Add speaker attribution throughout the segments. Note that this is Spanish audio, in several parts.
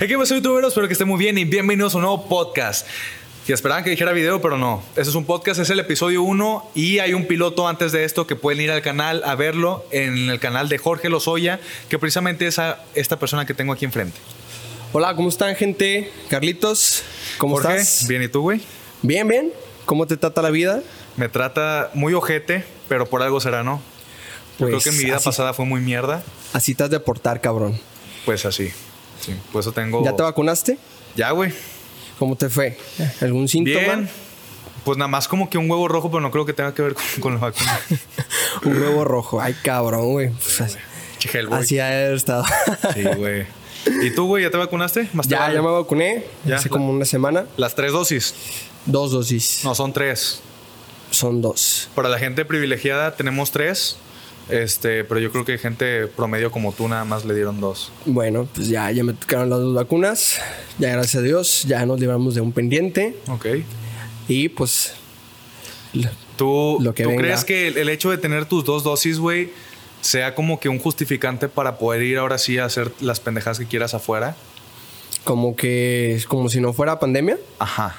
Speaker 1: Hey, ¿qué pasa, youtuberos? Espero que estén muy bien y bienvenidos a un nuevo podcast. Y esperaban que dijera video, pero no. Este es un podcast, es el episodio 1 y hay un piloto antes de esto que pueden ir al canal a verlo en el canal de Jorge Lozoya, que precisamente es a esta persona que tengo aquí enfrente.
Speaker 2: Hola, ¿cómo están, gente? Carlitos, ¿cómo
Speaker 1: Jorge,
Speaker 2: estás?
Speaker 1: bien, ¿y tú, güey?
Speaker 2: Bien, bien. ¿Cómo te trata la vida?
Speaker 1: Me trata muy ojete, pero por algo será, ¿no? Yo
Speaker 2: Pues,
Speaker 1: creo que mi vida
Speaker 2: así-
Speaker 1: pasada fue muy mierda.
Speaker 2: Así te has de portar, cabrón.
Speaker 1: Pues así. Sí, por eso tengo.
Speaker 2: ¿Ya te vacunaste?
Speaker 1: Ya, güey.
Speaker 2: ¿Cómo te fue? ¿Algún síntoma?
Speaker 1: Bien. Pues nada más como que un huevo rojo, pero no creo que tenga que ver con, con la vacuna.
Speaker 2: Un huevo rojo. Ay, cabrón, güey. Pues así,
Speaker 1: Che, Hellboy.
Speaker 2: así ha de haber estado.
Speaker 1: Sí, güey. ¿Y tú, güey, ya te vacunaste? Más te
Speaker 2: ya,
Speaker 1: vale.
Speaker 2: ya me vacuné.
Speaker 1: Ya,
Speaker 2: hace
Speaker 1: la-
Speaker 2: como una semana.
Speaker 1: Las tres dosis.
Speaker 2: Dos dosis.
Speaker 1: No, son tres.
Speaker 2: Son dos.
Speaker 1: Para la gente privilegiada tenemos tres. Este, pero yo creo que gente promedio como tú nada más le dieron dos.
Speaker 2: Bueno, pues ya, ya me tocaron las dos vacunas. Ya, gracias a Dios, ya nos libramos de un pendiente.
Speaker 1: Ok.
Speaker 2: Y pues... la-
Speaker 1: ¿Tú,
Speaker 2: Lo que
Speaker 1: ¿tú
Speaker 2: venga.
Speaker 1: crees que el, el hecho de tener tus dos dosis, güey, sea como que un justificante para poder ir ahora sí a hacer las pendejadas que quieras afuera?
Speaker 2: Como que... es Como si no fuera pandemia.
Speaker 1: Ajá.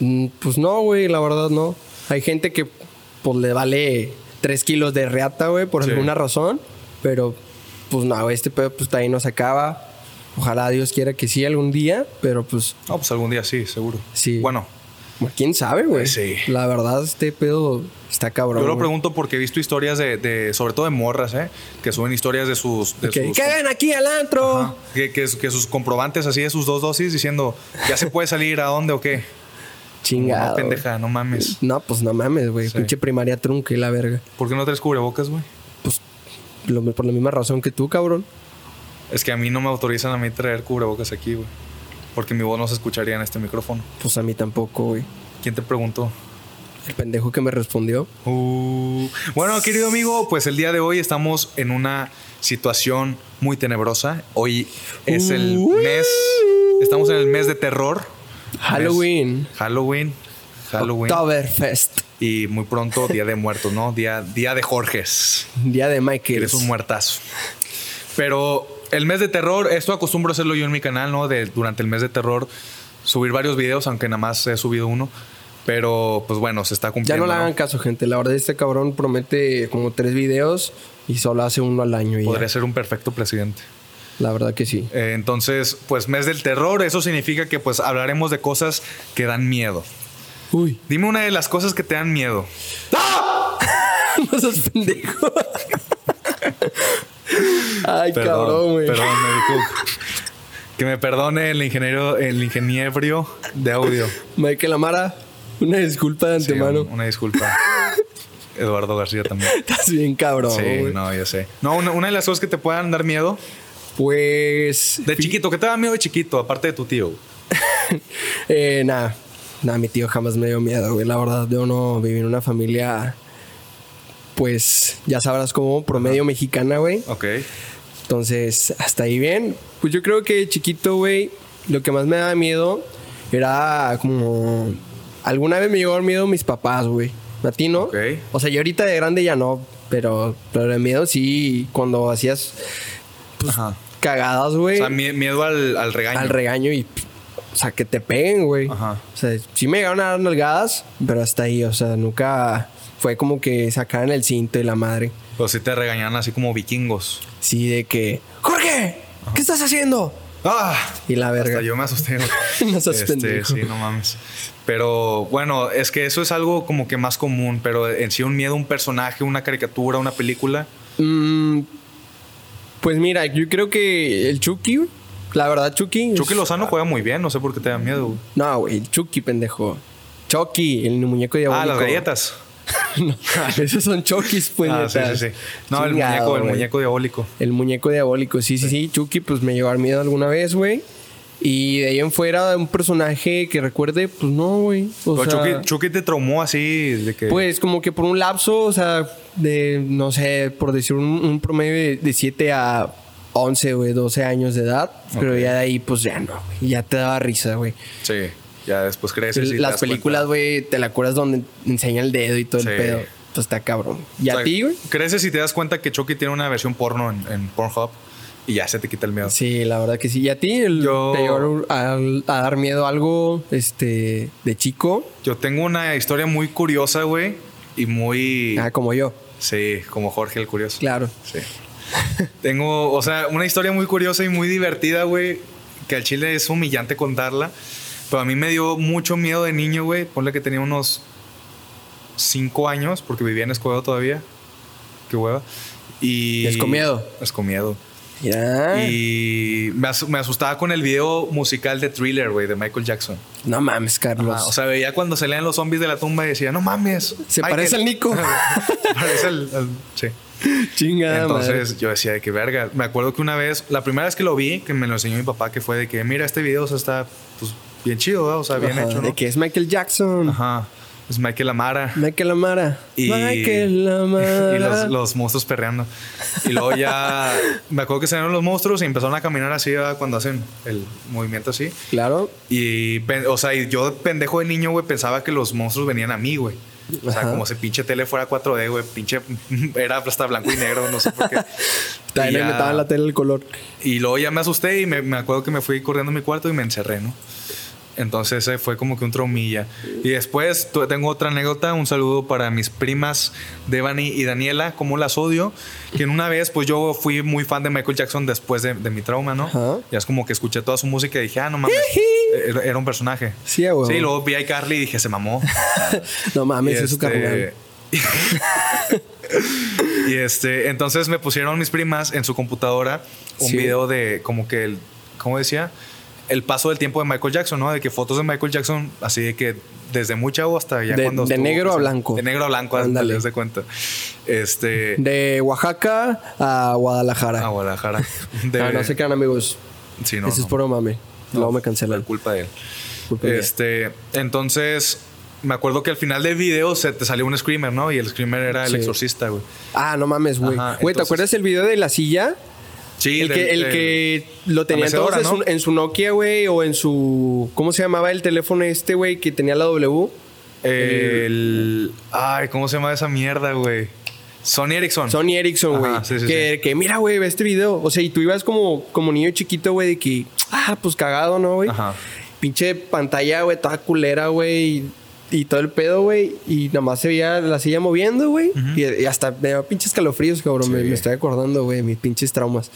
Speaker 2: Mm, Pues no, güey, la verdad no. Hay gente que pues le vale 3 kilos de reata, güey, por
Speaker 1: Sí.
Speaker 2: alguna razón. Pero pues no, güey, este pedo pues está ahí no se acaba. Ojalá Dios quiera que sí algún día, pero pues
Speaker 1: No, pues algún día sí, seguro.
Speaker 2: Sí.
Speaker 1: Bueno,
Speaker 2: bueno, quién sabe, güey.
Speaker 1: Pues, sí.
Speaker 2: La verdad este pedo está cabrón.
Speaker 1: yo lo
Speaker 2: güey.
Speaker 1: pregunto porque he visto historias de, de- sobre todo de morras, ¿eh? Que suben historias de sus... De
Speaker 2: De que
Speaker 1: sus
Speaker 2: caigan aquí al antro.
Speaker 1: Ajá. Que, que, que sus comprobantes así de sus dos dosis diciendo, ¿ya se puede salir a dónde o qué?
Speaker 2: Chingado.
Speaker 1: No,
Speaker 2: güey.
Speaker 1: pendeja, no mames.
Speaker 2: No, pues no mames, güey.
Speaker 1: Sí.
Speaker 2: Pinche primaria trunca y la verga.
Speaker 1: ¿Por qué no traes cubrebocas, güey?
Speaker 2: Pues lo- por la misma razón que tú, cabrón.
Speaker 1: Es que a mí no me autorizan a mí traer cubrebocas aquí, güey. Porque mi voz no se escucharía en este micrófono.
Speaker 2: Pues a mí tampoco, güey.
Speaker 1: ¿Quién te preguntó?
Speaker 2: El pendejo que me respondió.
Speaker 1: Uh. Bueno, querido amigo, pues el día de hoy estamos en una situación muy tenebrosa. Hoy es el
Speaker 2: Uh.
Speaker 1: mes, estamos en el mes de terror.
Speaker 2: Halloween.
Speaker 1: Mes- Halloween. Halloween.
Speaker 2: Oktoberfest.
Speaker 1: Y muy pronto, Día de Muertos, ¿no? Día, día de Jorges.
Speaker 2: Día de Michael.
Speaker 1: Eres un muertazo. Pero el mes de terror, esto acostumbro a hacerlo yo en mi canal, ¿no? De, durante el mes de terror, subir varios videos, aunque nada más he subido uno. Pero, pues bueno, se está
Speaker 2: Ya
Speaker 1: cumpliendo.
Speaker 2: no le hagan
Speaker 1: ¿no?
Speaker 2: caso, gente. La verdad, este cabrón promete como tres videos y solo hace uno al año. Y ya.
Speaker 1: Podría ser un perfecto presidente.
Speaker 2: La verdad que sí.
Speaker 1: Eh, entonces, pues mes del terror, eso significa que pues hablaremos de cosas que dan miedo.
Speaker 2: Uy.
Speaker 1: Dime una de las cosas que te dan miedo.
Speaker 2: no seas pendejo. Ay, cabrón, güey.
Speaker 1: Perdón, Mary Cook. Que me perdone el ingeniero, el ingeniero de audio.
Speaker 2: Michael Amara, una disculpa de
Speaker 1: Sí,
Speaker 2: antemano.
Speaker 1: un- una disculpa. Eduardo García también.
Speaker 2: Estás bien cabrón,
Speaker 1: sí,
Speaker 2: güey.
Speaker 1: no, yo sé. No, una, una de las cosas que te puedan dar miedo
Speaker 2: Pues.
Speaker 1: de chiquito, ¿qué te da miedo de chiquito? Aparte de tu tío.
Speaker 2: Eh, nada, nada, mi tío jamás me dio miedo, güey. La verdad, yo no viví en una familia, pues, ya sabrás cómo, promedio mexicana, güey.
Speaker 1: Ok.
Speaker 2: Entonces, hasta ahí bien. Pues yo creo que de chiquito, güey, lo que más me daba miedo era como... Alguna vez me llegó miedo mis papás, güey. A ti, ¿no?
Speaker 1: Ok.
Speaker 2: O sea, yo ahorita de grande ya no, pero, pero el miedo sí, cuando hacías
Speaker 1: Ajá.
Speaker 2: cagadas,
Speaker 1: O
Speaker 2: güey
Speaker 1: sea, mie- miedo al, al regaño.
Speaker 2: Pues, eh, al regaño y, pff, o sea, que te peguen, güey.
Speaker 1: Ajá.
Speaker 2: O sea, sí me llegaron a dar nalgadas, pero hasta ahí, o sea, nunca fue como que sacaran el cinto y la madre.
Speaker 1: Pero sí te regañan así como vikingos.
Speaker 2: Sí, de que, Jorge, ¿qué estás haciendo?
Speaker 1: ¡Ah!
Speaker 2: Y la verga.
Speaker 1: Hasta yo me asusté. güey.
Speaker 2: No seas
Speaker 1: Este,
Speaker 2: pendejo.
Speaker 1: Sí, no mames. Pero bueno, es que eso es algo como que más común, pero en sí un miedo a un personaje, una caricatura, una película.
Speaker 2: Mm, pues mira, yo creo que el Chucky, güey, la verdad, Chucky. es-
Speaker 1: Chucky Lozano juega muy bien, no sé por qué te da miedo. güey.
Speaker 2: No, güey, el Chucky, pendejo. Chucky, el muñeco diabólico.
Speaker 1: Ah, las galletas.
Speaker 2: No, esos son Chucky's,
Speaker 1: Ah,
Speaker 2: puñetas.
Speaker 1: sí, sí, sí. No, el
Speaker 2: Chingado,
Speaker 1: muñeco, el
Speaker 2: güey.
Speaker 1: muñeco diabólico.
Speaker 2: El muñeco diabólico, sí, sí, sí. Chucky, pues me llevó al miedo alguna vez, güey. Y de ahí en fuera, un personaje que recuerde, pues no, güey. O
Speaker 1: Pero
Speaker 2: sea,
Speaker 1: Chucky, Chucky te traumó así de que.
Speaker 2: pues como que por un lapso, o sea, de, no sé, por decir un, un promedio de, de 7 a 11, güey, 12 años de edad. Pero ya de ahí, pues ya no, güey. Ya te daba risa, güey.
Speaker 1: sí. Ya después creces. y te
Speaker 2: Las
Speaker 1: das
Speaker 2: películas, güey, te la acuerdas donde enseña el dedo y todo
Speaker 1: Sí.
Speaker 2: el pedo. Pues está cabrón. ¿Y
Speaker 1: cuenta. O
Speaker 2: a
Speaker 1: sea,
Speaker 2: ti, güey?
Speaker 1: Creces y te das cuenta que Chucky tiene una versión porno en, en Pornhub. y ya se te quita el miedo.
Speaker 2: Sí, la verdad que sí. ¿Y a ti el-
Speaker 1: Yo-
Speaker 2: te llegó a, a dar miedo algo este, de chico?
Speaker 1: Yo tengo una historia muy curiosa, güey, y muy...
Speaker 2: Ah, como yo,
Speaker 1: Sí, como Jorge el Curioso.
Speaker 2: claro.
Speaker 1: Sí. Tengo, o sea, una historia muy curiosa y muy divertida, güey, que al chile es humillante contarla. Pero a mí me dio mucho miedo de niño, güey. Ponle que tenía unos cinco años, porque vivía en Escobedo todavía. Qué hueva. Y...
Speaker 2: Escomedo.
Speaker 1: Escomedo.
Speaker 2: Ya.
Speaker 1: Y me, as- me asustaba con el video musical de Thriller, güey, de Michael Jackson.
Speaker 2: No mames, Carlos.
Speaker 1: Ah, o sea, veía cuando salían los zombies de la tumba y decía, no mames.
Speaker 2: Se
Speaker 1: Michael".
Speaker 2: parece al Nico.
Speaker 1: Se parece al- al- sí.
Speaker 2: Chingada
Speaker 1: Entonces
Speaker 2: madre.
Speaker 1: yo decía de que verga. Me acuerdo que una vez, la primera vez que lo vi, que me lo enseñó mi papá, que fue de que mira, este video o sea, está pues, bien chido, ¿verdad? o sea, bien
Speaker 2: Ajá,
Speaker 1: hecho,
Speaker 2: De
Speaker 1: ¿no?
Speaker 2: que es Michael Jackson.
Speaker 1: Ajá. Es Michael Amara.
Speaker 2: Michael Amara.
Speaker 1: Y,
Speaker 2: Michael Amara.
Speaker 1: y los, los monstruos perreando. Y luego ya me acuerdo que salieron los monstruos y empezaron a caminar así ¿verdad? cuando hacen el movimiento así.
Speaker 2: Claro.
Speaker 1: Y, pen- o sea, y yo pendejo de niño, güey, pensaba que los monstruos venían a mí, güey. O sea,
Speaker 2: Ajá.
Speaker 1: como si pinche tele fuera 4D, güey, pinche era hasta blanco y negro, no sé por qué. Y
Speaker 2: También le
Speaker 1: ya-
Speaker 2: metaba en la tele el color.
Speaker 1: y luego ya me asusté y me, me acuerdo que me fui corriendo a mi cuarto y me encerré, ¿no? Entonces eh, fue como que un traumilla. Y después tu- tengo otra anécdota, un saludo para mis primas Devani y Daniela, como las odio, que en una vez pues yo fui muy fan de Michael Jackson después de, de mi trauma, ¿no?
Speaker 2: Ajá.
Speaker 1: Ya es como que escuché toda su música y dije, ah, no mames, e, era, era un personaje.
Speaker 2: Sí, a huevo.
Speaker 1: Sí, luego vi a Carly y dije, se mamó.
Speaker 2: No mames,
Speaker 1: Y
Speaker 2: es su
Speaker 1: este-
Speaker 2: carnal.
Speaker 1: y este, entonces me pusieron mis primas en su computadora un
Speaker 2: Sí.
Speaker 1: video de como que el, ¿cómo decía? El paso del tiempo de Michael Jackson, ¿no? De que fotos de Michael Jackson, así de que desde muy chavo hasta ya
Speaker 2: De-
Speaker 1: cuando.
Speaker 2: de
Speaker 1: estuvo
Speaker 2: negro a
Speaker 1: presente.
Speaker 2: blanco.
Speaker 1: De negro a blanco,
Speaker 2: Ándale.
Speaker 1: ándale, haz de cuenta. Este.
Speaker 2: De Oaxaca a Guadalajara.
Speaker 1: a Guadalajara. Ah, De-
Speaker 2: Ah, no se crean, amigos.
Speaker 1: Sí, no.
Speaker 2: Ese
Speaker 1: no.
Speaker 2: es puro mame. Luego me cancelan.
Speaker 1: Por culpa de él.
Speaker 2: Disculpen.
Speaker 1: Este, entonces, me acuerdo que al final del video se te salió un screamer, ¿no? Y el screamer era el
Speaker 2: Sí.
Speaker 1: exorcista, güey.
Speaker 2: Ah, no mames, güey.
Speaker 1: Ajá,
Speaker 2: Güey, ¿te
Speaker 1: entonces-
Speaker 2: acuerdas el video de la silla?
Speaker 1: Sí,
Speaker 2: el, que, el,
Speaker 1: del-
Speaker 2: que lo tenía
Speaker 1: mecedora,
Speaker 2: todos en, su,
Speaker 1: ¿no?
Speaker 2: en su Nokia, güey, o en su. ¿Cómo se llamaba el teléfono este, güey, que tenía la W?
Speaker 1: El. Ay, ¿cómo se llama esa mierda, güey? Sony Ericsson.
Speaker 2: Sony Ericsson,
Speaker 1: Ajá,
Speaker 2: güey.
Speaker 1: sí, sí,
Speaker 2: que, que mira, güey, ve este video. O sea, y tú ibas como, como niño chiquito, güey, de que, ah, pues cagado, ¿no, güey?
Speaker 1: Ajá.
Speaker 2: Pinche pantalla, güey, toda culera, güey. Y, y todo el pedo, güey. Y nada más se veía la silla moviendo, güey. y, y hasta me daba pinches calofríos, cabrón. Me,
Speaker 1: Sí.
Speaker 2: me estoy acordando, güey, mis pinches traumas.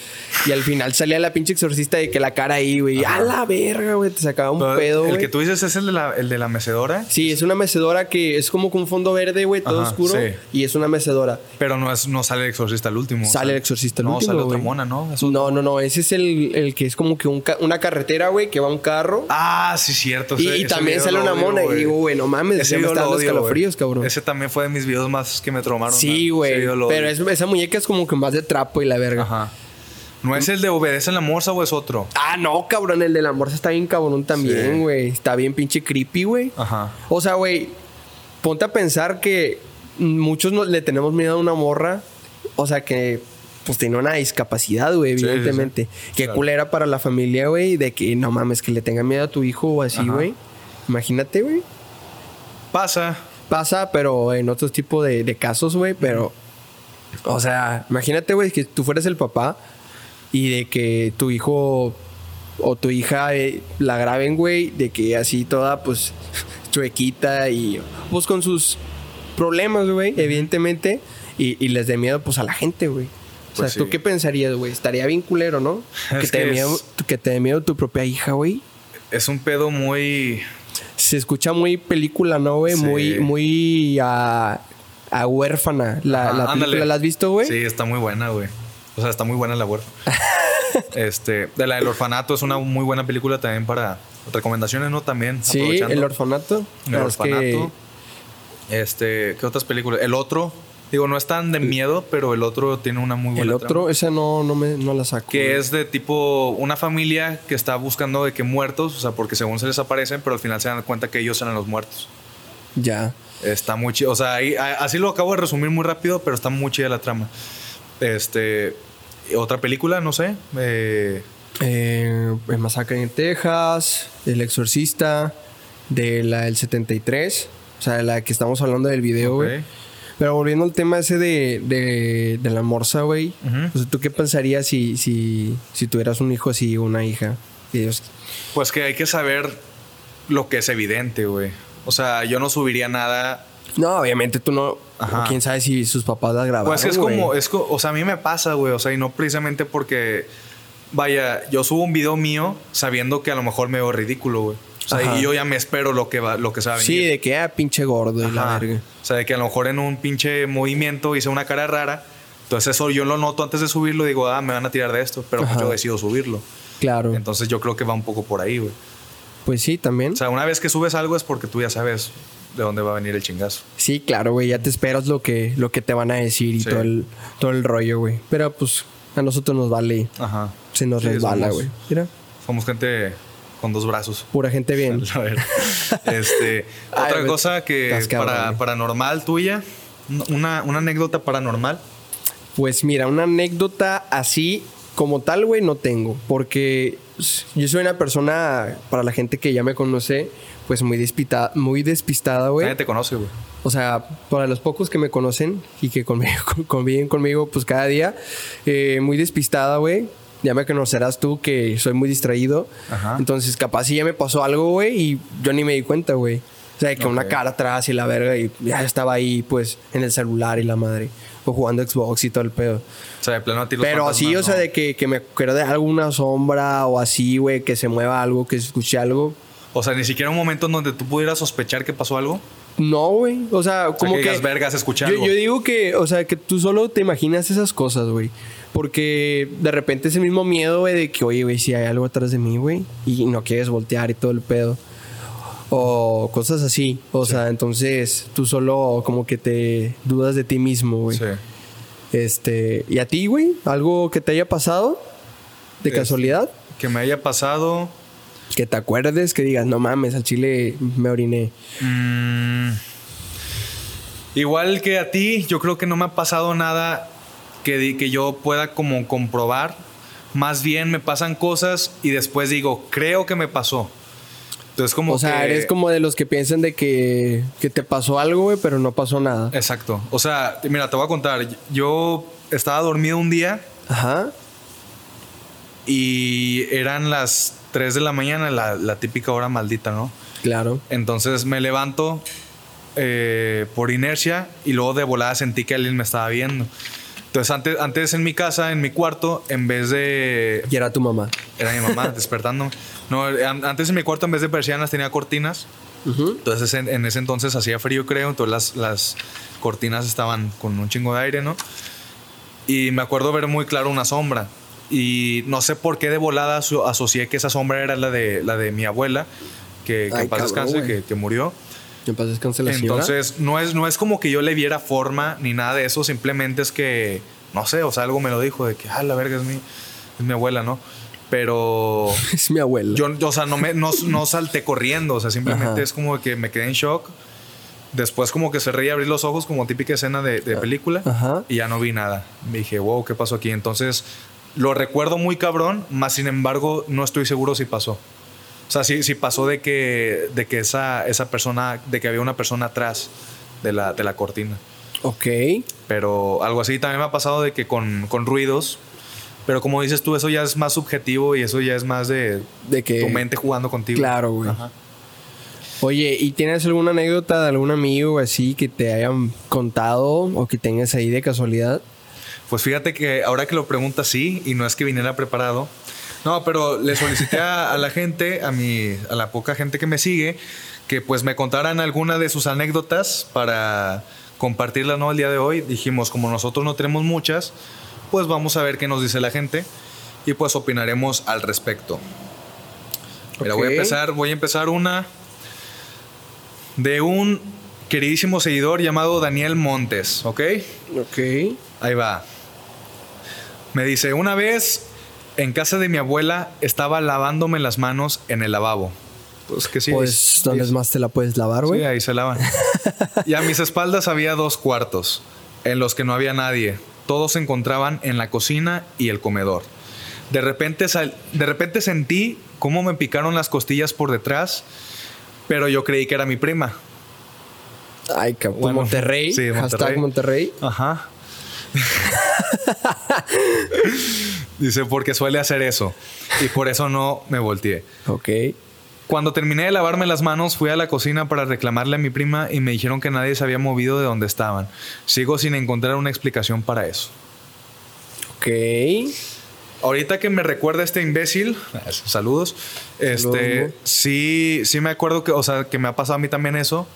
Speaker 2: Y al final salía la pinche exorcista de que la cara ahí, güey. A la verga, güey. Te sacaba un
Speaker 1: Pero
Speaker 2: pedo,
Speaker 1: El
Speaker 2: güey.
Speaker 1: que tú dices es el de la, el de la mecedora,
Speaker 2: Sí, es una mecedora que es como con un fondo verde, güey, todo
Speaker 1: Ajá,
Speaker 2: oscuro.
Speaker 1: sí.
Speaker 2: Y es una mecedora.
Speaker 1: pero no, es, no sale el exorcista al último.
Speaker 2: Sale el exorcista al
Speaker 1: no,
Speaker 2: último,
Speaker 1: sale otra
Speaker 2: güey.
Speaker 1: mona, ¿no? Es un-
Speaker 2: No, no, no. Ese es el, el que es como que un ca- una carretera, güey, que va un carro.
Speaker 1: Ah, sí, cierto.
Speaker 2: y
Speaker 1: ese-
Speaker 2: y
Speaker 1: ese
Speaker 2: también
Speaker 1: video
Speaker 2: sale
Speaker 1: lo
Speaker 2: una
Speaker 1: odio,
Speaker 2: mona. Y digo, güey, no mames,
Speaker 1: Ese
Speaker 2: ya me
Speaker 1: video lo
Speaker 2: está
Speaker 1: odio,
Speaker 2: dando
Speaker 1: güey.
Speaker 2: escalofríos, cabrón.
Speaker 1: Ese también fue de mis videos más que me traumaron.
Speaker 2: sí,
Speaker 1: ¿no? Ese
Speaker 2: güey.
Speaker 1: video lo
Speaker 2: Pero
Speaker 1: odio.
Speaker 2: es- esa muñeca es como que más de trapo y la verga.
Speaker 1: Ajá. ¿No es el de obedece en la morsa o es otro?
Speaker 2: Ah, no, cabrón. El del amor está bien cabrón también,
Speaker 1: Sí.
Speaker 2: güey. Está bien pinche creepy, güey.
Speaker 1: Ajá.
Speaker 2: O sea, güey, ponte a pensar que muchos no- le tenemos miedo a una morra, o sea, que pues tiene una discapacidad, güey,
Speaker 1: Sí, sí, sí.
Speaker 2: evidentemente. Qué
Speaker 1: Claro.
Speaker 2: culera para la familia, güey, de que no mames, que le tenga miedo a tu hijo o así,
Speaker 1: Ajá.
Speaker 2: güey. Imagínate, güey.
Speaker 1: Pasa.
Speaker 2: Pasa, pero en otro tipo de, de casos, güey, pero... O sea, imagínate, güey, que tú fueras el papá y de que tu hijo o tu hija eh, la graben, güey, de que así toda, pues, chuequita y, pues, con sus problemas, güey, evidentemente, y, y les dé miedo, pues, a la gente, güey. O sea,
Speaker 1: Pues sí.
Speaker 2: ¿tú qué pensarías, güey? Estaría bien culero, ¿no?
Speaker 1: Es
Speaker 2: Que te,
Speaker 1: que
Speaker 2: dé miedo,
Speaker 1: es-
Speaker 2: que te dé miedo tu propia hija, güey.
Speaker 1: Es un pedo muy.
Speaker 2: Se escucha muy película, ¿no, güey?
Speaker 1: Sí.
Speaker 2: Muy, muy a, a huérfana. Ah, La,
Speaker 1: Ajá,
Speaker 2: la
Speaker 1: Ah, ándale.
Speaker 2: película, ¿la has visto, güey?
Speaker 1: Sí, está muy buena, güey. O sea, está muy buena la huerta. este, de la del orfanato es una muy buena película también para recomendaciones, ¿no? También.
Speaker 2: Sí,
Speaker 1: aprovechando.
Speaker 2: el orfanato.
Speaker 1: El
Speaker 2: La verdad es que-
Speaker 1: orfanato. Este, ¿qué otras películas? El otro. Digo, no es tan de miedo, pero el otro tiene una muy buena.
Speaker 2: El
Speaker 1: trama.
Speaker 2: otro, esa no, no, me, no la saco.
Speaker 1: Que
Speaker 2: güey.
Speaker 1: es de tipo una familia que está buscando de que muertos, o sea, porque según se les aparecen, pero al final se dan cuenta que ellos eran los muertos.
Speaker 2: Ya.
Speaker 1: Está muy chido. O sea, ahí- a- así lo acabo de resumir muy rápido, pero está muy chida la trama. Este. Otra película, no sé. eh,
Speaker 2: Eh, el Masacre en Texas, El Exorcista, de la del 73. O sea, de la que estamos hablando del video, güey.
Speaker 1: ok.
Speaker 2: Pero volviendo al tema ese de, de, de la morsa, güey.
Speaker 1: Ujú.
Speaker 2: O sea, ¿tú qué pensarías si, si, si tuvieras un hijo así o una hija? Y ellos-
Speaker 1: Pues que hay que saber lo que es evidente, güey. O sea, yo no subiría nada.
Speaker 2: No, obviamente tú no.
Speaker 1: Ajá.
Speaker 2: Quién sabe si sus papás las grabaron.
Speaker 1: Pues que es
Speaker 2: güey.
Speaker 1: como, es co- o sea, a mí me pasa, güey. O sea, y no precisamente porque, vaya, yo subo un video mío sabiendo que a lo mejor me veo ridículo, güey. O sea,
Speaker 2: Ajá.
Speaker 1: y yo ya me espero lo que va, lo que se va a venir.
Speaker 2: Sí, de que, ah, pinche gordo y la
Speaker 1: Ajá.
Speaker 2: verga.
Speaker 1: O sea, de que a lo mejor en un pinche movimiento hice una cara rara. Entonces eso yo lo noto antes de subirlo. Digo, ah, me van a tirar de esto. Pero pues
Speaker 2: Ajá.
Speaker 1: yo decido subirlo.
Speaker 2: Claro.
Speaker 1: Entonces yo creo que va un poco por ahí, güey.
Speaker 2: pues sí, también.
Speaker 1: O sea, una vez que subes algo es porque tú ya sabes de dónde va a venir el chingazo.
Speaker 2: Sí, claro, güey. Ya te esperas lo que, lo que te van a decir y
Speaker 1: Sí.
Speaker 2: todo, el, todo el rollo, güey. Pero pues a nosotros nos vale.
Speaker 1: Ajá.
Speaker 2: Se nos
Speaker 1: Sí,
Speaker 2: resbala,
Speaker 1: somos-
Speaker 2: güey. Mira,
Speaker 1: Somos gente con dos brazos.
Speaker 2: pura gente bien.
Speaker 1: A ver. este,
Speaker 2: Ay,
Speaker 1: otra
Speaker 2: güey,
Speaker 1: cosa que
Speaker 2: estás cabrón,
Speaker 1: para,
Speaker 2: güey.
Speaker 1: paranormal tuya, una, una anécdota paranormal.
Speaker 2: Pues mira, una anécdota así como tal, güey, no tengo. Porque yo soy una persona, para la gente que ya me conoce, pues muy despistada, muy despistada, güey.
Speaker 1: Nadie te conoce, güey.
Speaker 2: O sea, para los pocos que me conocen y que conmigo, conviven conmigo, pues cada día, eh, muy despistada, güey. Ya me conocerás tú que soy muy distraído.
Speaker 1: Ajá.
Speaker 2: Entonces, capaz si ya me pasó algo, güey, y yo ni me di cuenta, güey. O sea, que una
Speaker 1: Ok.
Speaker 2: cara atrás y la verga, y ya estaba ahí, pues, en el celular y la madre. O jugando Xbox y todo el pedo.
Speaker 1: O sea, de plano a ti los
Speaker 2: Pero así,
Speaker 1: fantasmas,
Speaker 2: o sea,
Speaker 1: no.
Speaker 2: de que, que me acuerdo de alguna sombra o así, güey, que se mueva algo, que escuche algo.
Speaker 1: O sea, ni siquiera un momento en donde tú pudieras sospechar que pasó algo.
Speaker 2: No, güey. O sea, como
Speaker 1: que
Speaker 2: que.
Speaker 1: digas, "Vergas, escuché
Speaker 2: yo,
Speaker 1: algo".
Speaker 2: yo digo que, o sea, que tú solo te imaginas esas cosas, güey. Porque de repente ese mismo miedo, güey, de que, oye, güey, si hay algo atrás de mí, güey, y no quieres voltear y todo el pedo. O cosas así. O sea, entonces tú solo como que te dudas de ti mismo, güey.
Speaker 1: Sí.
Speaker 2: Este. ¿Y a ti, güey? ¿Algo que te haya pasado? ¿De
Speaker 1: Este.
Speaker 2: casualidad?
Speaker 1: Que me haya pasado.
Speaker 2: Que te acuerdes, que digas, no mames, al chile me oriné.
Speaker 1: mm, igual que a ti, yo creo que no me ha pasado nada que, di- que yo pueda como comprobar. Más bien me pasan cosas y después digo, creo que me pasó. Entonces, como
Speaker 2: O sea,
Speaker 1: que-
Speaker 2: eres como de los que piensan de que, que te pasó algo, güey, pero no pasó nada.
Speaker 1: Exacto. O sea, mira, te voy a contar. Yo estaba dormido un día
Speaker 2: Ajá.
Speaker 1: y eran las 3 de la mañana, la, la típica hora maldita, ¿no?
Speaker 2: Claro.
Speaker 1: Entonces me levanto eh, por inercia y luego de volada sentí que alguien me estaba viendo. Entonces antes, antes en mi casa, en mi cuarto, en vez de...
Speaker 2: Y era tu mamá.
Speaker 1: Era mi mamá despertándome. No, an- antes en mi cuarto en vez de persianas tenía cortinas. Entonces en, en ese entonces hacía frío creo, entonces las, las cortinas estaban con un chingo de aire, ¿no? Y me acuerdo ver muy claro una sombra. Y no sé por qué de volada aso- asocié que esa sombra era la de, la de mi abuela, que, que
Speaker 2: Ay,
Speaker 1: en paz
Speaker 2: cabrón,
Speaker 1: descanse,
Speaker 2: güey.
Speaker 1: que- que murió.
Speaker 2: Me pasó descanse la señora.
Speaker 1: Entonces, no es, no es como que yo le viera forma ni nada de eso, simplemente es que, no sé, o sea, algo me lo dijo de que, ah, la verga es mi, es mi abuela, ¿no? Pero
Speaker 2: es mi abuela.
Speaker 1: yo, yo, o sea, no, me, no, no salté corriendo, o sea, simplemente
Speaker 2: Ajá.
Speaker 1: es como que me quedé en shock. Después como que cerré y abrí los ojos como típica escena de, de película
Speaker 2: Ah, Ajá.
Speaker 1: y ya no vi nada. Me dije, wow, ¿qué pasó aquí? Entonces, lo recuerdo muy cabrón, más sin embargo, no estoy seguro si pasó. O sea, si, si pasó de que, de que esa, esa persona, de que había una persona atrás de la, de la cortina.
Speaker 2: Ok.
Speaker 1: Pero algo así también me ha pasado de que con, con ruidos. Pero como dices tú, eso ya es más subjetivo y eso ya es más de
Speaker 2: De que.
Speaker 1: tu mente jugando contigo.
Speaker 2: Eh, Claro, güey.
Speaker 1: Ajá.
Speaker 2: Oye, ¿y tienes alguna anécdota de algún amigo así que te hayan contado o que tengas ahí de casualidad?
Speaker 1: Pues fíjate que ahora que lo preguntas, sí, y no es que viniera preparado. No, pero le solicité a, a la gente, a, mi, a la poca gente que me sigue, que pues me contaran alguna de sus anécdotas para compartirla ¿no? el día de hoy. Dijimos, como nosotros no tenemos muchas, pues vamos a ver qué nos dice la gente y pues opinaremos al respecto. Mira, voy a
Speaker 2: Ok.
Speaker 1: empezar, voy a empezar una de un queridísimo seguidor llamado Daniel Montes, ¿ok?
Speaker 2: Ok.
Speaker 1: Ahí va. Me dice, una vez en casa de mi abuela estaba lavándome las manos en el lavabo. Pues que sí.
Speaker 2: pues,
Speaker 1: ahí-
Speaker 2: ¿dónde
Speaker 1: ahí-
Speaker 2: más te la puedes lavar, güey?
Speaker 1: Sí, ahí se lavan. y a mis espaldas había dos cuartos en los que no había nadie. Todos se encontraban en la cocina y el comedor. De repente, sal- de repente sentí cómo me picaron las costillas por detrás, pero yo creí que era mi prima.
Speaker 2: Ay, cabrón.
Speaker 1: Bueno,
Speaker 2: Monterrey.
Speaker 1: sí,
Speaker 2: Hashtag Monterrey.
Speaker 1: Ajá. Dice, porque suele hacer eso. Y por eso no me volteé.
Speaker 2: Ok.
Speaker 1: Cuando terminé de lavarme las manos, fui a la cocina para reclamarle a mi prima y me dijeron que nadie se había movido de donde estaban. Sigo sin encontrar una explicación para eso.
Speaker 2: Ok.
Speaker 1: Ahorita que me recuerda este imbécil, saludos. Este,
Speaker 2: Saludos.
Speaker 1: sí, sí me acuerdo que, o sea, que me ha pasado a mí también eso.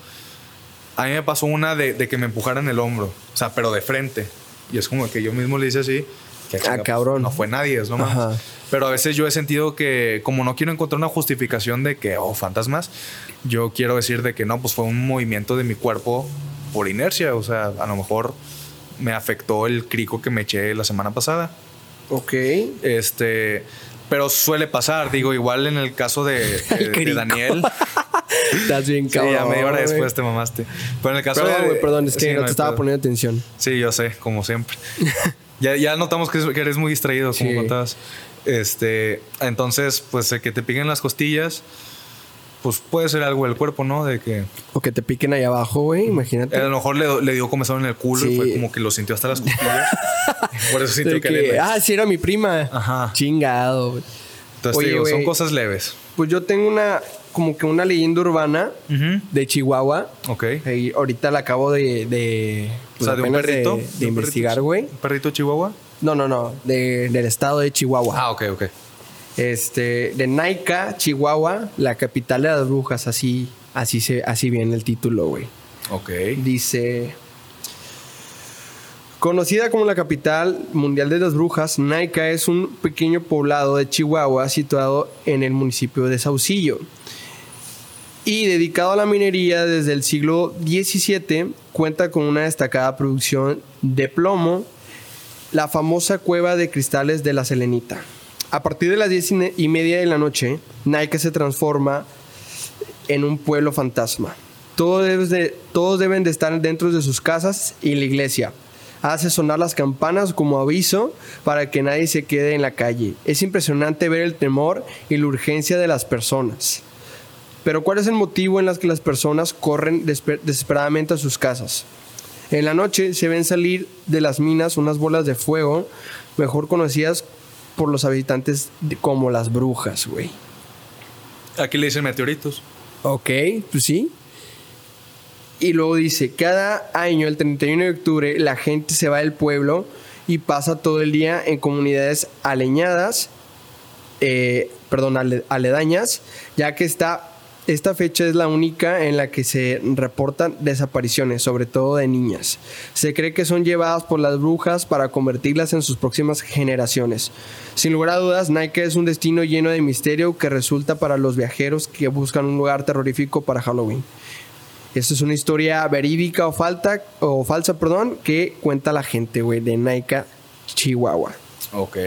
Speaker 1: A mí me pasó una de, de que me empujaran el hombro, o sea, pero de frente. Y es como que yo mismo le hice así. que, chinga, pues,
Speaker 2: Ah, cabrón.
Speaker 1: No fue nadie, es nomás.
Speaker 2: Ajá.
Speaker 1: Pero a veces yo he sentido que, como no quiero encontrar una justificación de que, oh, fantasmas, yo quiero decir de que no, pues fue un movimiento de mi cuerpo por inercia. O sea, a lo mejor me afectó el crico que me eché la semana pasada.
Speaker 2: Ok.
Speaker 1: Este, pero suele pasar, digo, igual en el caso de, de- de
Speaker 2: crico.
Speaker 1: Daniel.
Speaker 2: Estás bien,
Speaker 1: Sí,
Speaker 2: cabrón.
Speaker 1: ya media hora
Speaker 2: güey.
Speaker 1: después te mamaste. Pero en el caso
Speaker 2: Perdón,
Speaker 1: de.
Speaker 2: güey, perdón, es que
Speaker 1: sí,
Speaker 2: no
Speaker 1: hay
Speaker 2: te estaba
Speaker 1: pedo.
Speaker 2: poniendo atención.
Speaker 1: Sí, yo sé, como siempre. ya, ya notamos que, es- que eres muy distraído, como
Speaker 2: Sí.
Speaker 1: contabas. Este, entonces, pues el que te piquen las costillas, pues puede ser algo del cuerpo, ¿no? De que
Speaker 2: O que te piquen ahí abajo, güey,
Speaker 1: a
Speaker 2: imagínate.
Speaker 1: lo mejor le, le dio comezón en el culo y
Speaker 2: Sí.
Speaker 1: fue como que lo sintió hasta las costillas. Por eso sintió
Speaker 2: De
Speaker 1: que,
Speaker 2: que, ah, sí, era mi prima.
Speaker 1: Ajá.
Speaker 2: Chingado, güey.
Speaker 1: Entonces,
Speaker 2: Oye,
Speaker 1: te digo, son
Speaker 2: güey.
Speaker 1: cosas leves.
Speaker 2: Pues yo tengo una, como que una leyenda urbana
Speaker 1: Ujú.
Speaker 2: de Chihuahua.
Speaker 1: Ok.
Speaker 2: Ahí ahorita la acabo de. de
Speaker 1: o sea,
Speaker 2: pues
Speaker 1: de un
Speaker 2: apenas
Speaker 1: perrito.
Speaker 2: De, de
Speaker 1: un
Speaker 2: investigar,
Speaker 1: perrito-
Speaker 2: güey.
Speaker 1: ¿Un perrito chihuahua?
Speaker 2: No, no, no. de- del estado de Chihuahua.
Speaker 1: Ah, ok, ok.
Speaker 2: Este, de Naica, Chihuahua, la capital de las brujas. Así, así, se, así viene el título, güey.
Speaker 1: Ok.
Speaker 2: Dice. Conocida como la capital mundial de las brujas, Naica es un pequeño poblado de Chihuahua situado en el municipio de Saucillo y dedicado a la minería desde el siglo XVII, cuenta con una destacada producción de plomo, la famosa cueva de cristales de la Selenita. A partir de las diez y media de la noche, Naica se transforma en un pueblo fantasma. Todos debes de- todos deben de estar dentro de sus casas y la iglesia. Hace sonar las campanas como aviso para que nadie se quede en la calle. Es impresionante ver el temor y la urgencia de las personas. Pero ¿cuál es el motivo en las que las personas corren despe- desesperadamente a sus casas? En la noche se ven salir de las minas unas bolas de fuego, mejor conocidas por los habitantes de- como las brujas, güey.
Speaker 1: Aquí le dicen meteoritos.
Speaker 2: Ok, pues sí. Y luego dice, cada año, el 31 de octubre, la gente se va del pueblo y pasa todo el día en comunidades aleñadas, eh, perdón, ale- aledañas, ya que está, esta fecha es la única en la que se reportan desapariciones, sobre todo de niñas. Se cree que son llevadas por las brujas para convertirlas en sus próximas generaciones. Sin lugar a dudas, Nike es un destino lleno de misterio que resulta para los viajeros que buscan un lugar terrorífico para Halloween. Esta es una historia verídica o, falta, o falsa perdón, que cuenta la gente, güey, de Nike, Chihuahua.
Speaker 1: Ok.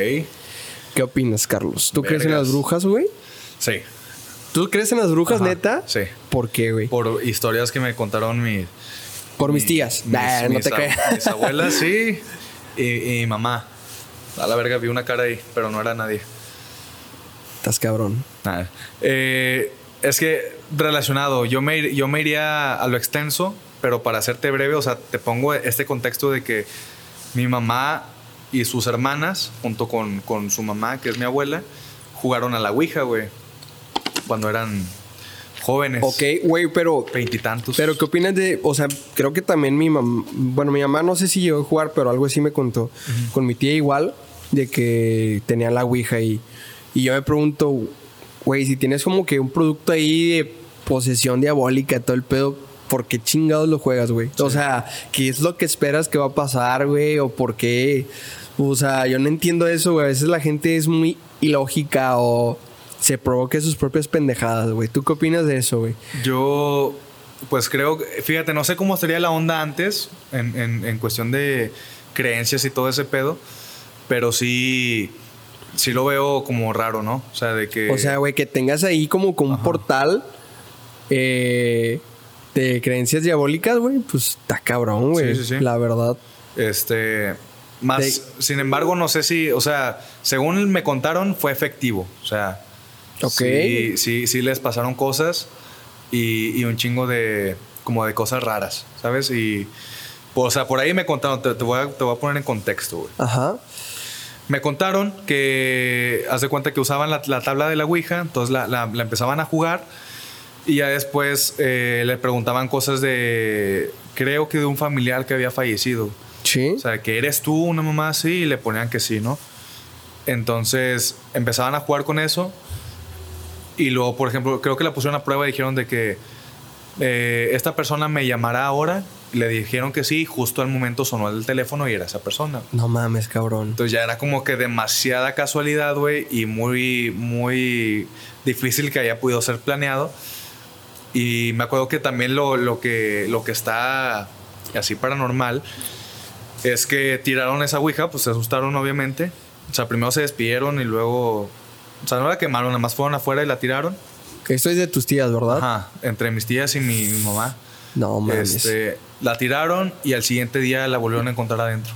Speaker 2: ¿Qué opinas, Carlos? ¿Tú crees en
Speaker 1: Vergas.
Speaker 2: las brujas, güey?
Speaker 1: Sí.
Speaker 2: ¿Tú crees en las brujas,
Speaker 1: Ajá,
Speaker 2: neta?
Speaker 1: sí.
Speaker 2: ¿Por qué, güey? Por,
Speaker 1: Por historias que me contaron mi-
Speaker 2: mis
Speaker 1: mi-
Speaker 2: tías.
Speaker 1: mis-
Speaker 2: Nah, no
Speaker 1: mis
Speaker 2: te
Speaker 1: ab- Mis
Speaker 2: creas.
Speaker 1: abuelas, sí. Y, y mi mamá. A la verga, vi una cara ahí, pero no era nadie.
Speaker 2: Estás cabrón.
Speaker 1: Nada. Eh, es que relacionado, yo me, ir- yo me iría a lo extenso, pero para hacerte breve, o sea, te pongo este contexto de que mi mamá y sus hermanas, junto con, con su mamá, que es mi abuela, jugaron a la Ouija, güey, cuando eran jóvenes.
Speaker 2: Ok, güey, pero.
Speaker 1: Veintitantos.
Speaker 2: Pero, ¿qué opinas de.? O sea, creo que también mi mamá. Bueno, mi mamá no sé si llegó a jugar, pero algo así me contó. Con mi tía igual, de que tenía la ouija y. Y yo me pregunto, güey, si tienes como que un producto ahí de posesión diabólica, todo el pedo, ¿por qué chingados lo juegas, güey? O sea, ¿qué es lo que esperas que va a pasar, güey? ¿O por qué? O sea, yo no entiendo eso, güey. A veces la gente es muy ilógica o se provoca sus propias pendejadas, güey. ¿Tú qué opinas de eso, güey?
Speaker 1: Yo, pues creo, que- fíjate, no sé cómo sería la onda antes en, en- en cuestión de creencias y todo ese pedo, pero sí, sí lo veo como raro, ¿no? O sea, de que...
Speaker 2: O sea, güey, que tengas ahí como con un portal eh, de creencias diabólicas, güey, pues está cabrón, güey.
Speaker 1: Sí, sí, sí.
Speaker 2: La verdad.
Speaker 1: Este... Más,
Speaker 2: De-
Speaker 1: sin embargo, no sé si, o sea, según me contaron, fue efectivo. O sea,
Speaker 2: Ok.
Speaker 1: sí, sí, sí les pasaron cosas y, y un chingo de, como de cosas raras, ¿sabes? Y, pues, o sea, por ahí me contaron, te, te voy, a, te voy a poner en contexto, güey.
Speaker 2: Ajá.
Speaker 1: Me contaron que, haz de cuenta que usaban la, la tabla de la Ouija, entonces la, la- la empezaban a jugar y ya después eh, le preguntaban cosas de, creo que de un familiar que había fallecido.
Speaker 2: Sí.
Speaker 1: O sea, que eres tú, una mamá así, y le ponían que sí, ¿no? Entonces empezaban a jugar con eso. Y luego, por ejemplo, creo que la pusieron a prueba y dijeron de que eh, esta persona me llamará ahora. Y le dijeron que sí, y justo al momento sonó el teléfono y era esa persona.
Speaker 2: no mames, cabrón.
Speaker 1: Entonces ya era como que demasiada casualidad, güey, y muy, muy difícil que haya podido ser planeado. Y me acuerdo que también lo, lo que, lo que está así paranormal es que tiraron esa ouija, pues se asustaron obviamente. O sea, primero se despidieron y luego... O sea, no la quemaron, nada más fueron afuera y la tiraron.
Speaker 2: Que esto es de tus tías, ¿verdad?
Speaker 1: Ajá, entre mis tías y mi, mi mamá.
Speaker 2: Ah. No mames.
Speaker 1: Este, la tiraron y al siguiente día la volvieron a encontrar adentro.